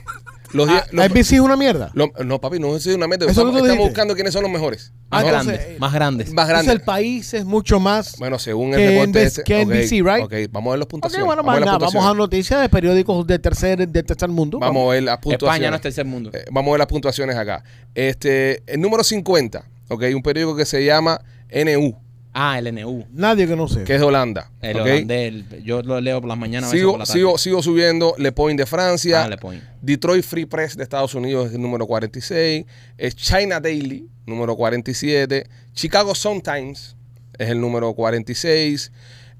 S1: los diez-
S3: La
S1: los-
S3: NBC es una mierda.
S1: los- no, papi, no es una meta.
S3: Ah, Eso
S1: Estamos,
S3: que tú
S1: estamos
S3: dijiste.
S1: buscando quiénes son los mejores.
S3: Ah,
S2: Más
S1: No,
S3: entonces,
S2: grandes.
S3: eh,
S2: más grandes.
S1: más
S3: Entonces
S1: grandes.
S3: el país es mucho más.
S1: Bueno, según el
S3: que
S1: reporte
S3: NBC,
S1: este.
S3: que
S1: ok,
S3: NBC, right?
S1: ok, vamos a ver los puntos.
S3: ok, bueno, más nada. Vamos a noticias de periódicos de tercer, de tercer mundo.
S1: Vamos a ver las puntuaciones.
S2: España no es tercer mundo.
S1: Eh, vamos a ver las puntuaciones acá. Este, el número 50, ok, un periódico que se llama NU,
S2: Ah, el NU.
S3: Nadie que no sepa.
S1: que es de Holanda.
S2: El
S1: ok.
S2: holandés. el- yo lo leo por las mañanas. a veces por
S1: Sigo,
S2: la tarde.
S1: sigo, sigo subiendo Le Point de Francia,
S2: Ah, Le Point.
S1: Detroit Free Press de Estados Unidos es el número 46, es China Daily, número 47, Chicago Sun Times es el número 46,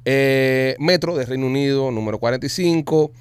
S1: eh, Metro de Reino Unido, número 45,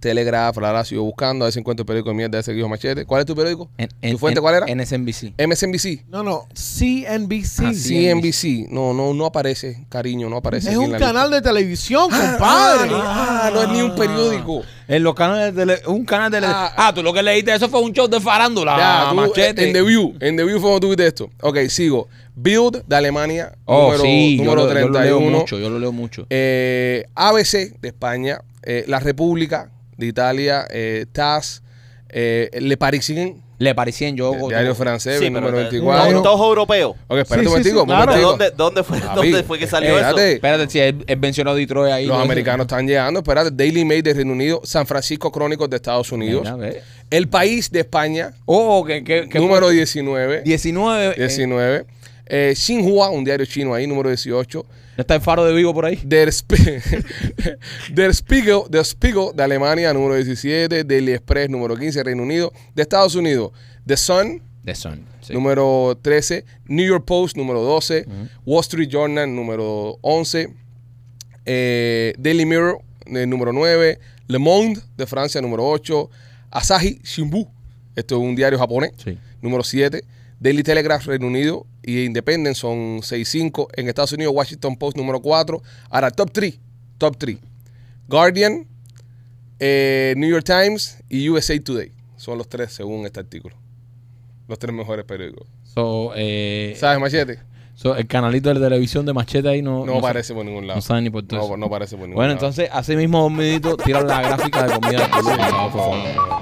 S1: Telegraph, la verdad sigo buscando, a ver si encuentro el periódico de mierda ese guijo machete. ¿Cuál es tu periódico?
S2: En-
S1: ¿Tu
S2: en-
S1: fuente
S2: en-
S1: cuál era?
S2: NSNBC.
S1: MSNBC.
S3: No, no. CNBC.
S2: Ah, sí.
S1: CNBC. No, no, no aparece, cariño, no aparece.
S3: Es
S1: aquí en
S3: un
S1: la
S3: canal de televisión,
S1: lista.
S3: compadre.
S1: Ah, no es ni un periódico.
S2: En los canales de tele- un canal de tele-
S1: Ah.
S2: ah, tú lo que leíste eso fue un show de farándula.
S1: Ya, tú,
S2: Ah, machete.
S1: en The View, en The View fue donde tuviste esto. Ok, sigo. Build de Alemania,
S2: oh,
S1: número,
S2: sí,
S1: número
S2: yo, lo, yo lo
S1: 31.
S2: leo mucho, yo lo leo mucho.
S1: Eh, ABC de España, eh, La República de Italia, eh, TAS, eh, Le Parisien,
S2: Le parecían yo. yo-
S1: diario francés,
S4: Oh, Sí, pero
S1: número
S4: te-
S1: 24.
S4: to- todos europeos.
S1: Ok, espérate
S3: Sí,
S1: un
S3: sí, sí,
S1: momentico, un
S3: claro.
S4: ¿De
S1: momentico.
S4: dónde, dónde, fue,
S1: Papi,
S4: ¿Dónde fue que salió eso?
S1: espérate.
S2: Espérate, si él, él mencionó Detroit ahí.
S1: Los
S2: ¿no?
S1: americanos están llegando, espérate, Daily Mail de Reino Unido, San Francisco Crónicos de Estados Unidos,
S2: Mira, ve.
S1: El País de España,
S2: Oh, que, que, que
S1: número
S2: fue-
S1: 19,
S2: 19. eh,
S1: 19. Eh, Xinhua, un diario chino ahí, número 18.
S2: ¿No está el faro de Vigo por ahí?
S1: Der, *laughs* Sp- Der Spiegel, Der Spiegel de Alemania, número 17. Daily Express, número 15, Reino Unido. De Estados Unidos, The Sun,
S2: The Sun. sí.
S1: número 13. New York Post, número 12. Wall Street Journal, número 11. eh, Daily Mirror, eh, número 9. Le Monde, de Francia, número 8. Asahi Shimbun, esto es un diario japonés,
S2: Sí.
S1: número 7. Daily Telegraph, Reino Unido, y Independent son 6-5. En Estados Unidos, Washington Post, número 4. Ahora, top 3 Top 3. Guardian, eh, New York Times y USA Today. Son los tres según este artículo. Los tres mejores periódicos.
S2: So, eh,
S1: ¿Sabes, Machete?
S2: so, el canalito de televisión de Machete ahí no,
S1: No,
S2: no
S1: aparece por ningún
S2: sa-
S1: lado.
S2: no sabe ni por todo.
S1: No, pues
S2: eso.
S1: no aparece por ningún
S2: bueno,
S1: lado.
S2: entonces, así mismo, dos minutos, tira la gráfica de comida de culo, por favor, por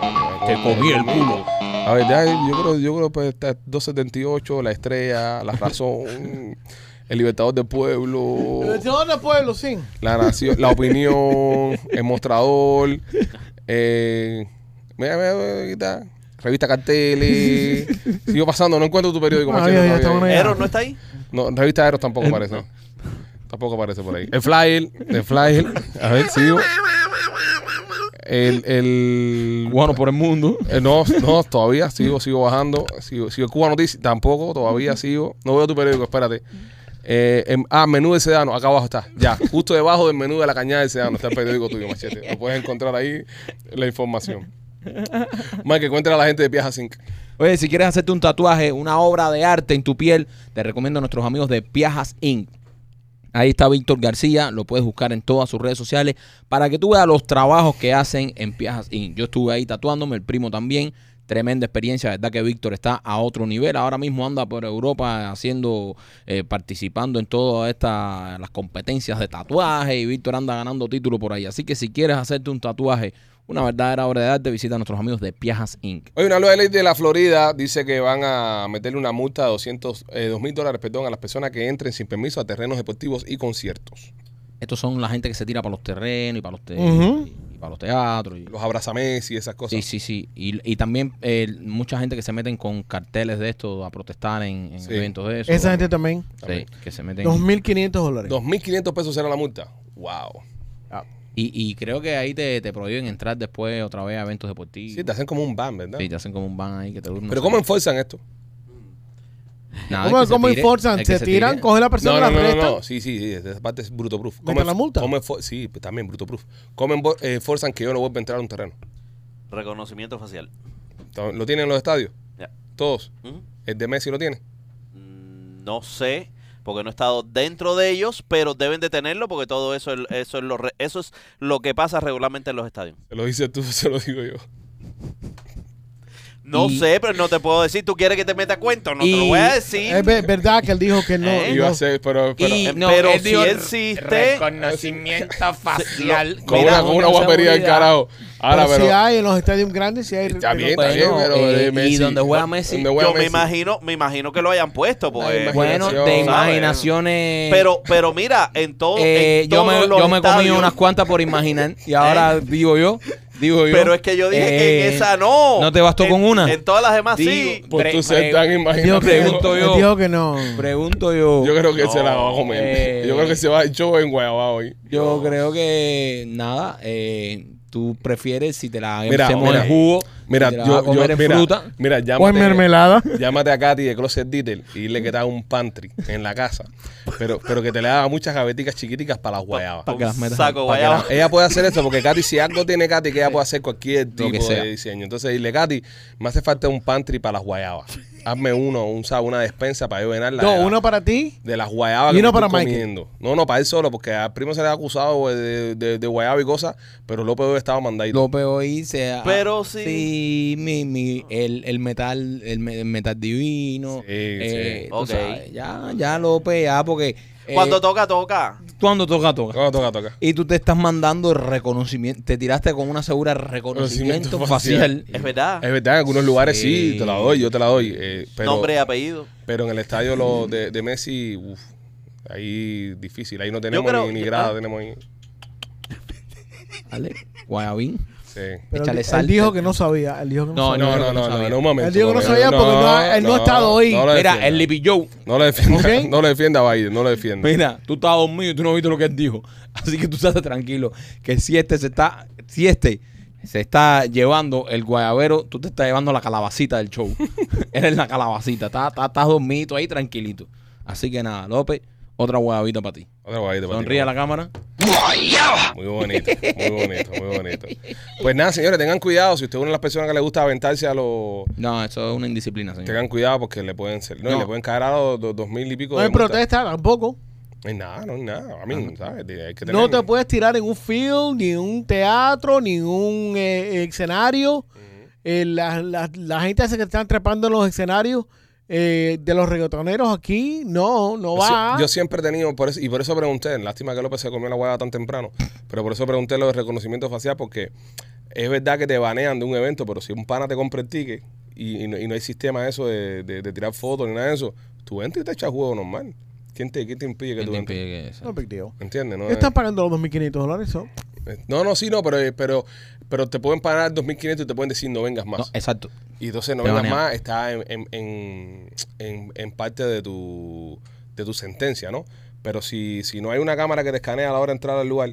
S2: favor. Te comí el culo.
S1: A ver, ya, yo creo, yo creo pues, está 278, La Estrella, La
S2: *laughs*
S1: Razón, El Libertador del Pueblo,
S3: ¿Dónde pueblo, sí?
S1: La Nación, La Opinión, El Mostrador, eh, mira, mira, mira, quita, Revista Carteles. Sigo pasando, no encuentro tu periódico.
S3: Ah,
S1: Machete,
S3: ya, ya,
S1: todavía.
S3: estamos ahí.
S4: Eros no está ahí.
S1: No, Revista Eros tampoco aparece. Tampoco aparece por ahí. El Flyer, el Flyer. A ver, sigo. El, el
S2: Cubano por el mundo.
S1: eh, no, no, todavía sigo, sigo bajando. Sigo, sigo Cuba Noticias, tampoco, todavía sigo. No veo tu periódico, espérate. Eh, em- ah, menú del sedano, acá abajo está. Ya, justo debajo del menú de la cañada del sedano está el periódico tuyo, Machete. Lo puedes encontrar ahí la información. Más que encuentra a la gente de Piaja Zinc.
S2: Oye, si quieres hacerte un tatuaje, una obra de arte en tu piel, te recomiendo a nuestros amigos de Piajas Inc. Ahí está Víctor García, lo puedes buscar en todas sus redes sociales para que tú veas los trabajos que hacen en Piajas Inc. Yo estuve ahí tatuándome, el primo también. Tremenda experiencia, verdad que Víctor está a otro nivel. Ahora mismo anda por Europa haciendo, eh, participando en todas estas las competencias de tatuaje y Víctor anda ganando título por ahí. Así que si quieres hacerte un tatuaje, una verdadera obra de arte, visita a nuestros amigos de Piajas Inc.
S1: Hoy una nueva ley de la Florida dice que van a meterle una multa de 200, eh, 2 mil dólares perdón, a las personas que entren sin permiso a terrenos deportivos y conciertos.
S2: Estos son la gente que se tira para los terrenos y para los, te-
S3: Ujú.
S2: y para los teatros. y-
S1: Los abrazames y esas cosas.
S2: sí, sí, sí. Y, y también eh, mucha gente que se meten con carteles de estos a protestar en, en
S1: Sí.
S2: eventos de eso.
S3: Esa gente también.
S2: Sí, que se meten.
S3: 2.500 dólares.
S1: 2.500 pesos era la multa. Wow.
S2: Y, y creo que ahí te, te prohíben entrar después otra vez a eventos deportivos.
S1: Sí, te hacen como un ban, ¿verdad?
S2: Sí, te hacen como un ban ahí que te dura.
S1: Pero ¿cómo enforzan esto?
S2: Ah,
S3: ¿Cómo, cómo enforzan? Se, tiran, cogen a la
S1: No,
S3: persona,
S1: no,
S3: la
S1: no, no,
S3: arrestan.
S1: no. Sí, sí, sí, esa parte es bruto proof.
S3: ¿Meten
S1: ¿Cómo
S3: la
S1: enf-
S3: multa?
S1: cómo enfo- sí, pues, también bruto proof. ¿Cómo envo- eh, enforzan que yo no vuelva a entrar a un terreno?
S4: Reconocimiento facial.
S1: To- ¿Lo tienen en los estadios?
S4: Ya.
S1: Todos.
S4: Ujú.
S1: ¿El de Messi lo tiene?
S4: Mm, No sé, porque no he estado dentro de ellos, pero deben de tenerlo porque todo eso, es- eso, es, lo, re- eso es lo que pasa regularmente en los estadios.
S1: Se lo dices tú, *laughs* se lo digo yo.
S4: No
S2: Y-
S4: sé, pero no te puedo decir. ¿Tú quieres que te meta cuento? No te lo
S2: Y-
S4: voy a decir.
S3: Es ve- verdad que él dijo que no.
S4: Eh,
S1: Y
S3: no.
S1: yo sé, pero... pero
S2: Y-
S4: Eh,
S2: no,
S4: pero
S2: él
S4: si
S2: dijo re-
S4: existe, *laughs*
S6: Reconocimiento facial.
S1: con
S2: mira,
S1: una, con una
S2: hombre,
S1: guapería del
S2: seguridad.
S1: carajo. Ahora,
S3: Pero
S1: pero...
S3: si hay en los estadios grandes, si hay.
S1: Está bien, está
S2: Bueno,
S1: bien, pero...
S2: eh,
S1: de
S2: y donde juega Messi,
S1: donde juega
S4: yo me
S1: Messi.
S4: imagino, me imagino que lo hayan puesto. Porque,
S1: imaginación,
S2: Bueno, de
S1: ¿sabes?
S2: imaginaciones.
S4: pero, pero mira, en todo.
S2: Eh,
S4: Oh, en
S2: yo me,
S4: todos los
S2: yo me comí
S4: estadios- Eh.
S2: unas cuantas por imaginar y ahora digo yo, digo yo.
S4: Pero es que yo dije que en
S2: eh,
S4: esa no.
S2: ¿No te bastó
S4: En-
S2: con una?
S4: En todas las demás sí.
S2: Digo,
S1: Por
S2: pre-
S1: tu ser
S2: pre-
S1: tan
S3: Dijo que,
S1: imaginativo.
S2: pregunto
S3: él
S2: yo.
S3: dijo que no.
S2: Pregunto
S1: *laughs* Yo
S2: yo. Yo,
S1: creo que se la va a comer.
S2: eh.
S1: Yo creo que se va yo en Guayabá hoy.
S2: creo que nada, eh, tú prefieres si te la
S1: Mira,
S2: hacemos
S1: mira.
S2: en jugo,
S1: Mira,
S2: si te la vas
S1: yo,
S2: a comer
S1: yo-
S2: en
S1: mira,
S2: fruta.
S1: mira,
S7: O en
S1: llámate,
S7: mermelada.
S1: llámate a Katy de Closet Detail y dile que te haga un pantry en la casa, pero, pero que te le haga muchas gaveticas chiquiticas para las guayabas.
S2: pa' que las metas-
S4: Saco
S2: pa' que
S4: guayaba.
S1: Ella puede hacer esto porque Katy, si algo tiene Katy, que ella puede hacer cualquier
S2: Lo que
S1: tipo
S2: sea.
S1: de diseño. Entonces dile, Katy, me hace falta un pantry para las guayabas. Hazme uno, un, sa- una despensa para yo llenarla de
S3: No,
S1: la-
S3: uno para ti.
S1: de las guayabas
S3: Y
S1: que
S3: uno
S1: me estoy
S3: para Michael.
S1: comiendo. No, no, para él solo, porque al primo se le ha acusado de, de- de guayaba y cosas, pero López hoy estaba mandadito.
S2: López hoy sea.
S4: Pero sí.
S2: mi, mi, el, el metal, el, me- el metal divino.
S1: Sí,
S2: eh,
S1: sí.
S2: tú
S4: Ok.
S2: sabes, ya, ya López, ya, porque. eh,
S4: Cuando toca, toca.
S2: cuando toca, toca.
S1: Toca, toca, toca.
S2: Y tú te estás mandando reconocimiento. Te tiraste con una segura reconocimiento
S1: Reconocimiento
S2: facial.
S4: Es verdad.
S1: Es verdad, en algunos lugares sí,
S2: Sí.
S1: te la doy, yo te la doy. eh, pero,
S4: Nombre y apellido.
S1: pero en el estadio lo de, de Messi, uf, ahí difícil, ahí no tenemos
S4: creo-
S1: ni, ni
S4: yo-
S1: grada,
S4: ah.
S1: tenemos ahí.
S2: ¿Vale? Guayabín.
S1: sí.
S3: Pero
S2: Échale
S3: él,
S2: sal.
S3: él dijo que no sabía. Él dijo que no,
S2: No,
S1: No,
S3: sabía.
S1: no, no,
S2: no
S1: no, no,
S2: sabía.
S1: no, un momento.
S3: Él dijo que no sabía porque no ha- él no ha estado hoy.
S1: no lo
S2: Mira,
S1: defienda.
S2: el Lippy Joe.
S1: No lo defienda, *laughs*
S3: ¿Ok?
S1: no lo defienda a Biden, no lo defienda.
S2: Mira, tú estabas dormido y tú no viste lo que él dijo. *laughs* Así que tú estás tranquilo. Que si este se está. Si este se está llevando el guayabero, tú te estás llevando la calabacita del show. *laughs* Eres la calabacita. Estás, estás, estás dormido ahí tranquilito. Así que nada, López, otra guayabita para ti.
S1: Otra Biden, para ti,
S2: Sonríe a la cámara.
S1: Muy bonito, muy bonito, muy bonito. Pues nada, señores, tengan cuidado. Si usted es una de las personas que le gusta aventarse a los.
S2: No, eso es una indisciplina, señor.
S1: Tengan cuidado porque le pueden ser. No, y
S2: No.
S1: le pueden caer a los do- dos mil y pico
S3: No
S1: de
S3: hay
S1: multa.
S3: protesta tampoco.
S1: No hay nada, no hay nada. A mí, ¿sabes? De- Hay que
S3: No te
S1: tener-
S3: puedes tirar en un field, ni en un teatro, ni en un eh, escenario. Eh, la, la- la gente esa que están trepando en los escenarios eh, de los reggaetoneros aquí, no, no
S1: Yo sie-
S3: va.
S1: Yo siempre he tenido, por eso- y por eso pregunté, lástima que López se comió la hueva tan temprano, pero por eso pregunté lo de reconocimiento facial, porque es verdad que te banean de un evento, pero si un pana te compra el ticket y, y no, y no hay sistema de eso de, de- de tirar fotos ni nada de eso, tú entras y te echas juego normal. ¿Quién te, quién te impide que
S2: ¿Quién
S1: tú
S2: te
S1: entres?
S2: impide que sea?
S3: No, big deal.
S1: ¿Entiendes? No,
S3: Ellos están pagando los 2.500 dólares. so.
S1: es- no, no, sí, no, pero, pero, pero te pueden pagar 2.500 y te pueden decir no vengas más.
S2: No, exacto.
S1: Y entonces no
S2: Te
S1: vengas
S2: banean.
S1: más, está en, en, en, en- en parte de tu, de tu sentencia, ¿no? Pero si, si no hay una cámara que te escanea a la hora de entrar al lugar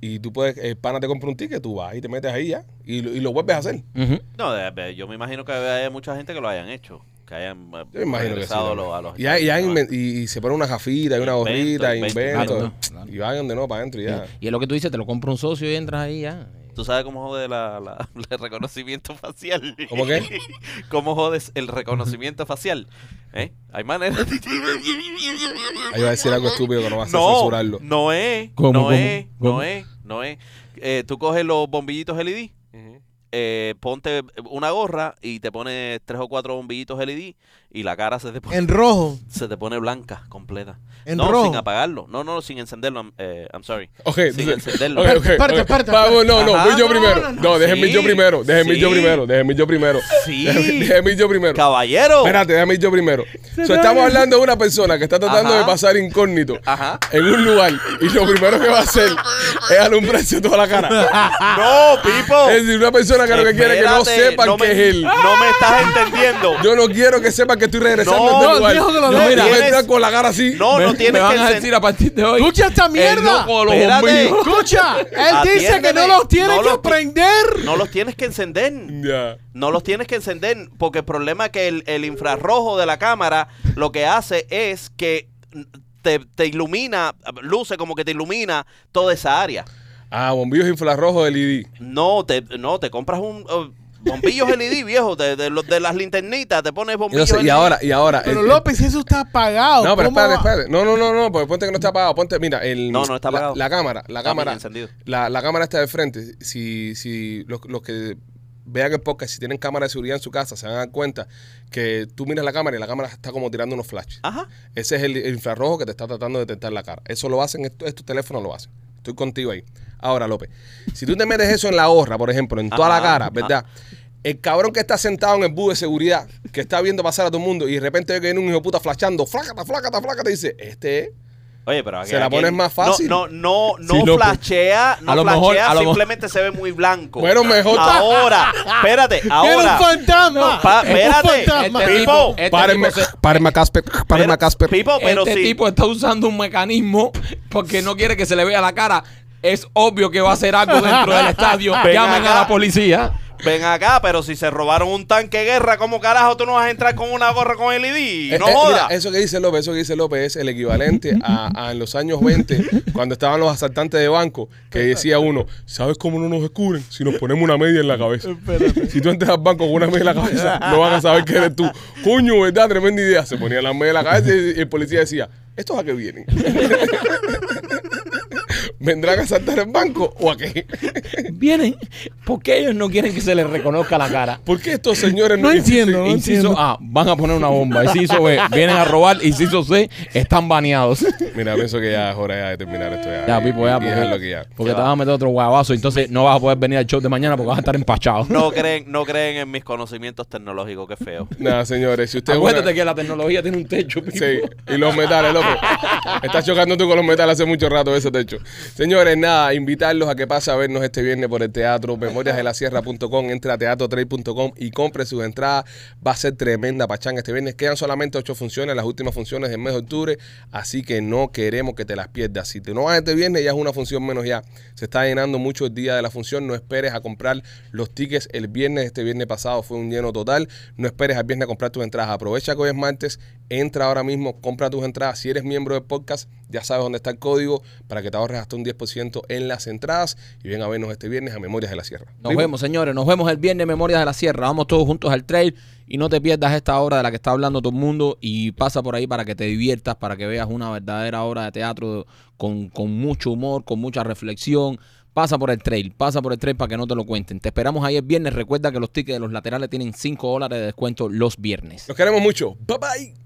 S1: y tú puedes, el pana te compra un ticket, tú vas y te metes ahí ya y, lo- y lo vuelves a hacer.
S2: Ujú.
S4: No, de- de- yo me imagino que hay mucha gente que lo hayan hecho. Que hayan eh,
S1: Yo me imagino que sí.
S4: regresado a
S1: también.
S4: los- a los
S1: y, hay- y, hay
S4: ¿no?
S1: inven- y- y se pone una jafita y una
S4: Invento,
S1: gorrita,
S4: invento.
S1: invento.
S2: Claro, claro.
S1: Y van de nuevo para adentro y ya.
S2: Y es lo que tú dices, te lo compra un socio y entras ahí ya.
S4: ¿Tú sabes cómo jode la, la- *laughs* el reconocimiento facial?
S1: ¿Cómo qué?
S4: *laughs* ¿Cómo jodes el reconocimiento facial? ¿Eh?
S1: *laughs*
S4: Hay maneras de...
S1: Ahí va a decir algo estúpido que no vas a
S4: No,
S1: censurarlo.
S4: no es,
S2: ¿Cómo,
S4: no
S2: cómo,
S4: es,
S2: cómo?
S4: no es, no es. Eh, tú coges los bombillitos LED,
S1: Ujú.
S4: eh, ponte una gorra y te pones tres o cuatro bombillitos LED y la cara se te pone,
S1: *laughs*
S3: En rojo,
S4: se te pone blanca completa.
S3: en
S4: no,
S3: rojo.
S4: sin apagarlo. No, no, sin encenderlo. I'm- eh, I'm sorry.
S1: Ok,
S4: Sin encenderlo.
S1: ok, ok,
S3: Espérate,
S1: ok.
S3: espérate,
S1: Vamos, no, no,
S4: Ajá,
S1: voy yo
S4: Ah, no,
S1: primero.
S4: no, no.
S1: No, déjenme ir yo
S4: Sí,
S1: primero, déjenme ir yo
S4: sí.
S1: primero, déjenme ir yo primero. *laughs*
S4: Sí.
S1: Déjame déjame ir yo primero.
S4: Caballero.
S1: Espérate, déjame ir yo primero. O sea, estamos hablando de una persona que está tratando
S4: Ajá.
S1: de pasar incógnito
S4: Ajá.
S1: en un lugar y lo primero que va a hacer es alumbrarse toda la cara.
S4: No, Pipo.
S1: Ah. Es decir, una persona que lo que quiere es que no
S4: Espérate,
S1: sepan
S4: no
S1: que
S4: me-
S1: es él.
S4: No me estás entendiendo.
S1: Yo no quiero que sepan que estoy regresando
S4: No,
S1: a este
S4: no,
S1: lugar.
S3: dijo que lo
S1: Yo
S4: dejes.
S1: voy a entrar
S4: Tienes-
S1: con la cara así.
S4: No, no
S2: Me-
S4: tienes
S2: me van
S4: que
S2: a
S4: encen-
S2: decir a partir de hoy.
S3: ¡Escucha esta ¡Ah, mierda!
S2: loco de los
S4: Espérate.
S2: bombillos.
S3: ¡Escucha! Él dice que no
S4: Atiéndeme.
S3: los tiene
S4: No
S3: que
S4: los ti-
S3: prender.
S4: No los tienes que encender.
S1: Ya.
S4: No los tienes que encender porque el problema es que el, el infrarrojo de la cámara lo que hace es que te, te ilumina, luce como que te ilumina toda esa área.
S1: Ah, bombillos infrarrojos del ID.
S4: No, te, no, te compras un eh, bombillos
S1: *laughs*
S4: LED viejo, de, de, los- de las linternitas, te
S1: Y,
S4: pones
S1: no
S4: bombillos E
S1: sé, y
S4: LED.
S1: ahora, y ahora.
S3: Pero
S1: el-
S3: López, eso está apagado.
S1: No, pero
S3: Oh, ¿cómo
S1: espérate,
S3: va?
S1: espérate. No, no, no, no, porque ponte que no está apagado. Ponte, mira, el,
S4: No, no está
S1: la-
S4: apagado.
S1: La, cámara, la
S4: Está
S1: cámara,
S4: encendido.
S1: la, la cámara está de frente. Si, si los, los que vean el podcast, si tienen cámara de seguridad en su casa, se van a dar cuenta que tú miras la cámara y la cámara está como tirando unos flashes.
S4: Ajá.
S1: Ese es el, el infrarrojo que te está tratando de detectar la cara. Eso lo hacen, esto- estos teléfonos lo hacen. Estoy contigo ahí. Ahora, López, si tú te metes eso en la horra, por ejemplo, en toda la
S4: Ajá.
S1: cara, ¿verdad? El cabrón que está sentado en el bus de seguridad, que está viendo pasar a todo el mundo y de repente ve que viene un hijo de puta flashando, flácata, flácata, flácata, y dice, este es.
S4: Oye, pero aquí-
S1: Se la
S4: aquí-
S1: pones más fácil.
S4: No, no,
S1: *laughs*
S4: no,
S2: Sí,
S4: no
S2: loco.
S4: flashea, no
S2: A lo
S4: flashea,
S2: mejor- a lo mejor-
S4: simplemente se ve muy blanco.
S1: Bueno, mejor. *laughs*
S4: Ahora, espérate,
S3: ¡Era un
S4: ahora.
S3: fantasma!
S4: pa-
S3: ¡Era un
S4: espérate.
S3: fantasma!
S2: Este
S4: Pipo,
S2: tipo, este
S1: Párenme,
S2: tipo se-
S1: párenme a Casper, párenme a Casper.
S4: Pipo, pero
S2: este
S4: sí.
S2: tipo está usando un mecanismo porque no quiere que se le vea la cara. Es obvio que va a hacer algo dentro
S3: *laughs*
S2: del estadio.
S4: Ven
S2: Llamen
S4: acá.
S2: a la policía.
S4: Ven acá, pero si se robaron un tanque de guerra, ¿cómo carajo tú no vas a entrar con una gorra con LED?
S1: Eh,
S4: No
S1: eh,
S4: jodas.
S1: mira, eso que dice López, eso que dice López es el equivalente a, a en los años 20, cuando estaban los asaltantes de banco, que decía uno, ¿sabes cómo no nos descubren? Si nos ponemos una media en la cabeza. Si tú entras al banco con una media en la cabeza, no van a saber que eres tú. Coño, ¿verdad? Tremenda idea. Se ponía la media en la cabeza y el policía decía, ¿estos a qué vienen? *laughs* ¿Vendrán a asaltar el banco o a qué?
S2: Vienen porque ellos no quieren que se les reconozca la cara.
S1: ¿Por qué estos señores
S3: No entiendo, no
S2: Inciso
S3: entiendo.
S2: A, van a poner una bomba. Inciso B, vienen a robar. Inciso C, están baneados.
S1: Mira, pienso que ya es hora ya de terminar esto. Ya,
S2: Ya, Pipo, ya,
S1: Y dejarlo aquí
S2: porque,
S1: ya.
S2: porque te vas a meter otro guabazo. Entonces no vas a poder venir al show de mañana porque vas a estar empachado. *laughs*
S4: No creen, no creen en mis conocimientos tecnológicos, qué feo.
S1: Nada, señores, si usted es
S2: Acuérdate
S1: una-
S2: que la tecnología tiene un techo. Pipo.
S1: Sí, y los metales, loco. Estás chocando tú con los metales hace mucho rato ese techo. Señores, nada, invitarlos a que pase a vernos este viernes por el teatro memoriasdelasierra.com, entra a teatro3.com y compre sus entradas. Va a ser tremenda pachanga este viernes. Quedan solamente ocho funciones, las últimas funciones del mes de octubre, así que no queremos que te las pierdas. Si te no vas este viernes, ya es una función menos ya. Se está llenando mucho el día de la función. No esperes a comprar los tickets el viernes. Este viernes pasado fue un lleno total. No esperes al viernes a comprar tus entradas. Aprovecha que hoy es martes. Entra ahora mismo, compra tus entradas. Si eres miembro del podcast, Ya sabes dónde está el código para que te ahorres hasta un 10% en las entradas y ven a vernos este viernes a Memorias de la Sierra.
S2: Nos
S1: Primo,
S2: vemos, señores. Nos vemos el viernes, Memorias de la Sierra. Vamos todos juntos al trail y no te pierdas esta obra de la que está hablando todo el mundo y pasa por ahí para que te diviertas, para que veas una verdadera obra de teatro con, con mucho humor, con mucha reflexión. Pasa por el trail, pasa por el trail para que no te lo cuenten. Te esperamos ahí el viernes. Recuerda que los tickets de los laterales tienen 5 dólares de descuento los viernes.
S1: Los queremos mucho. Bye bye.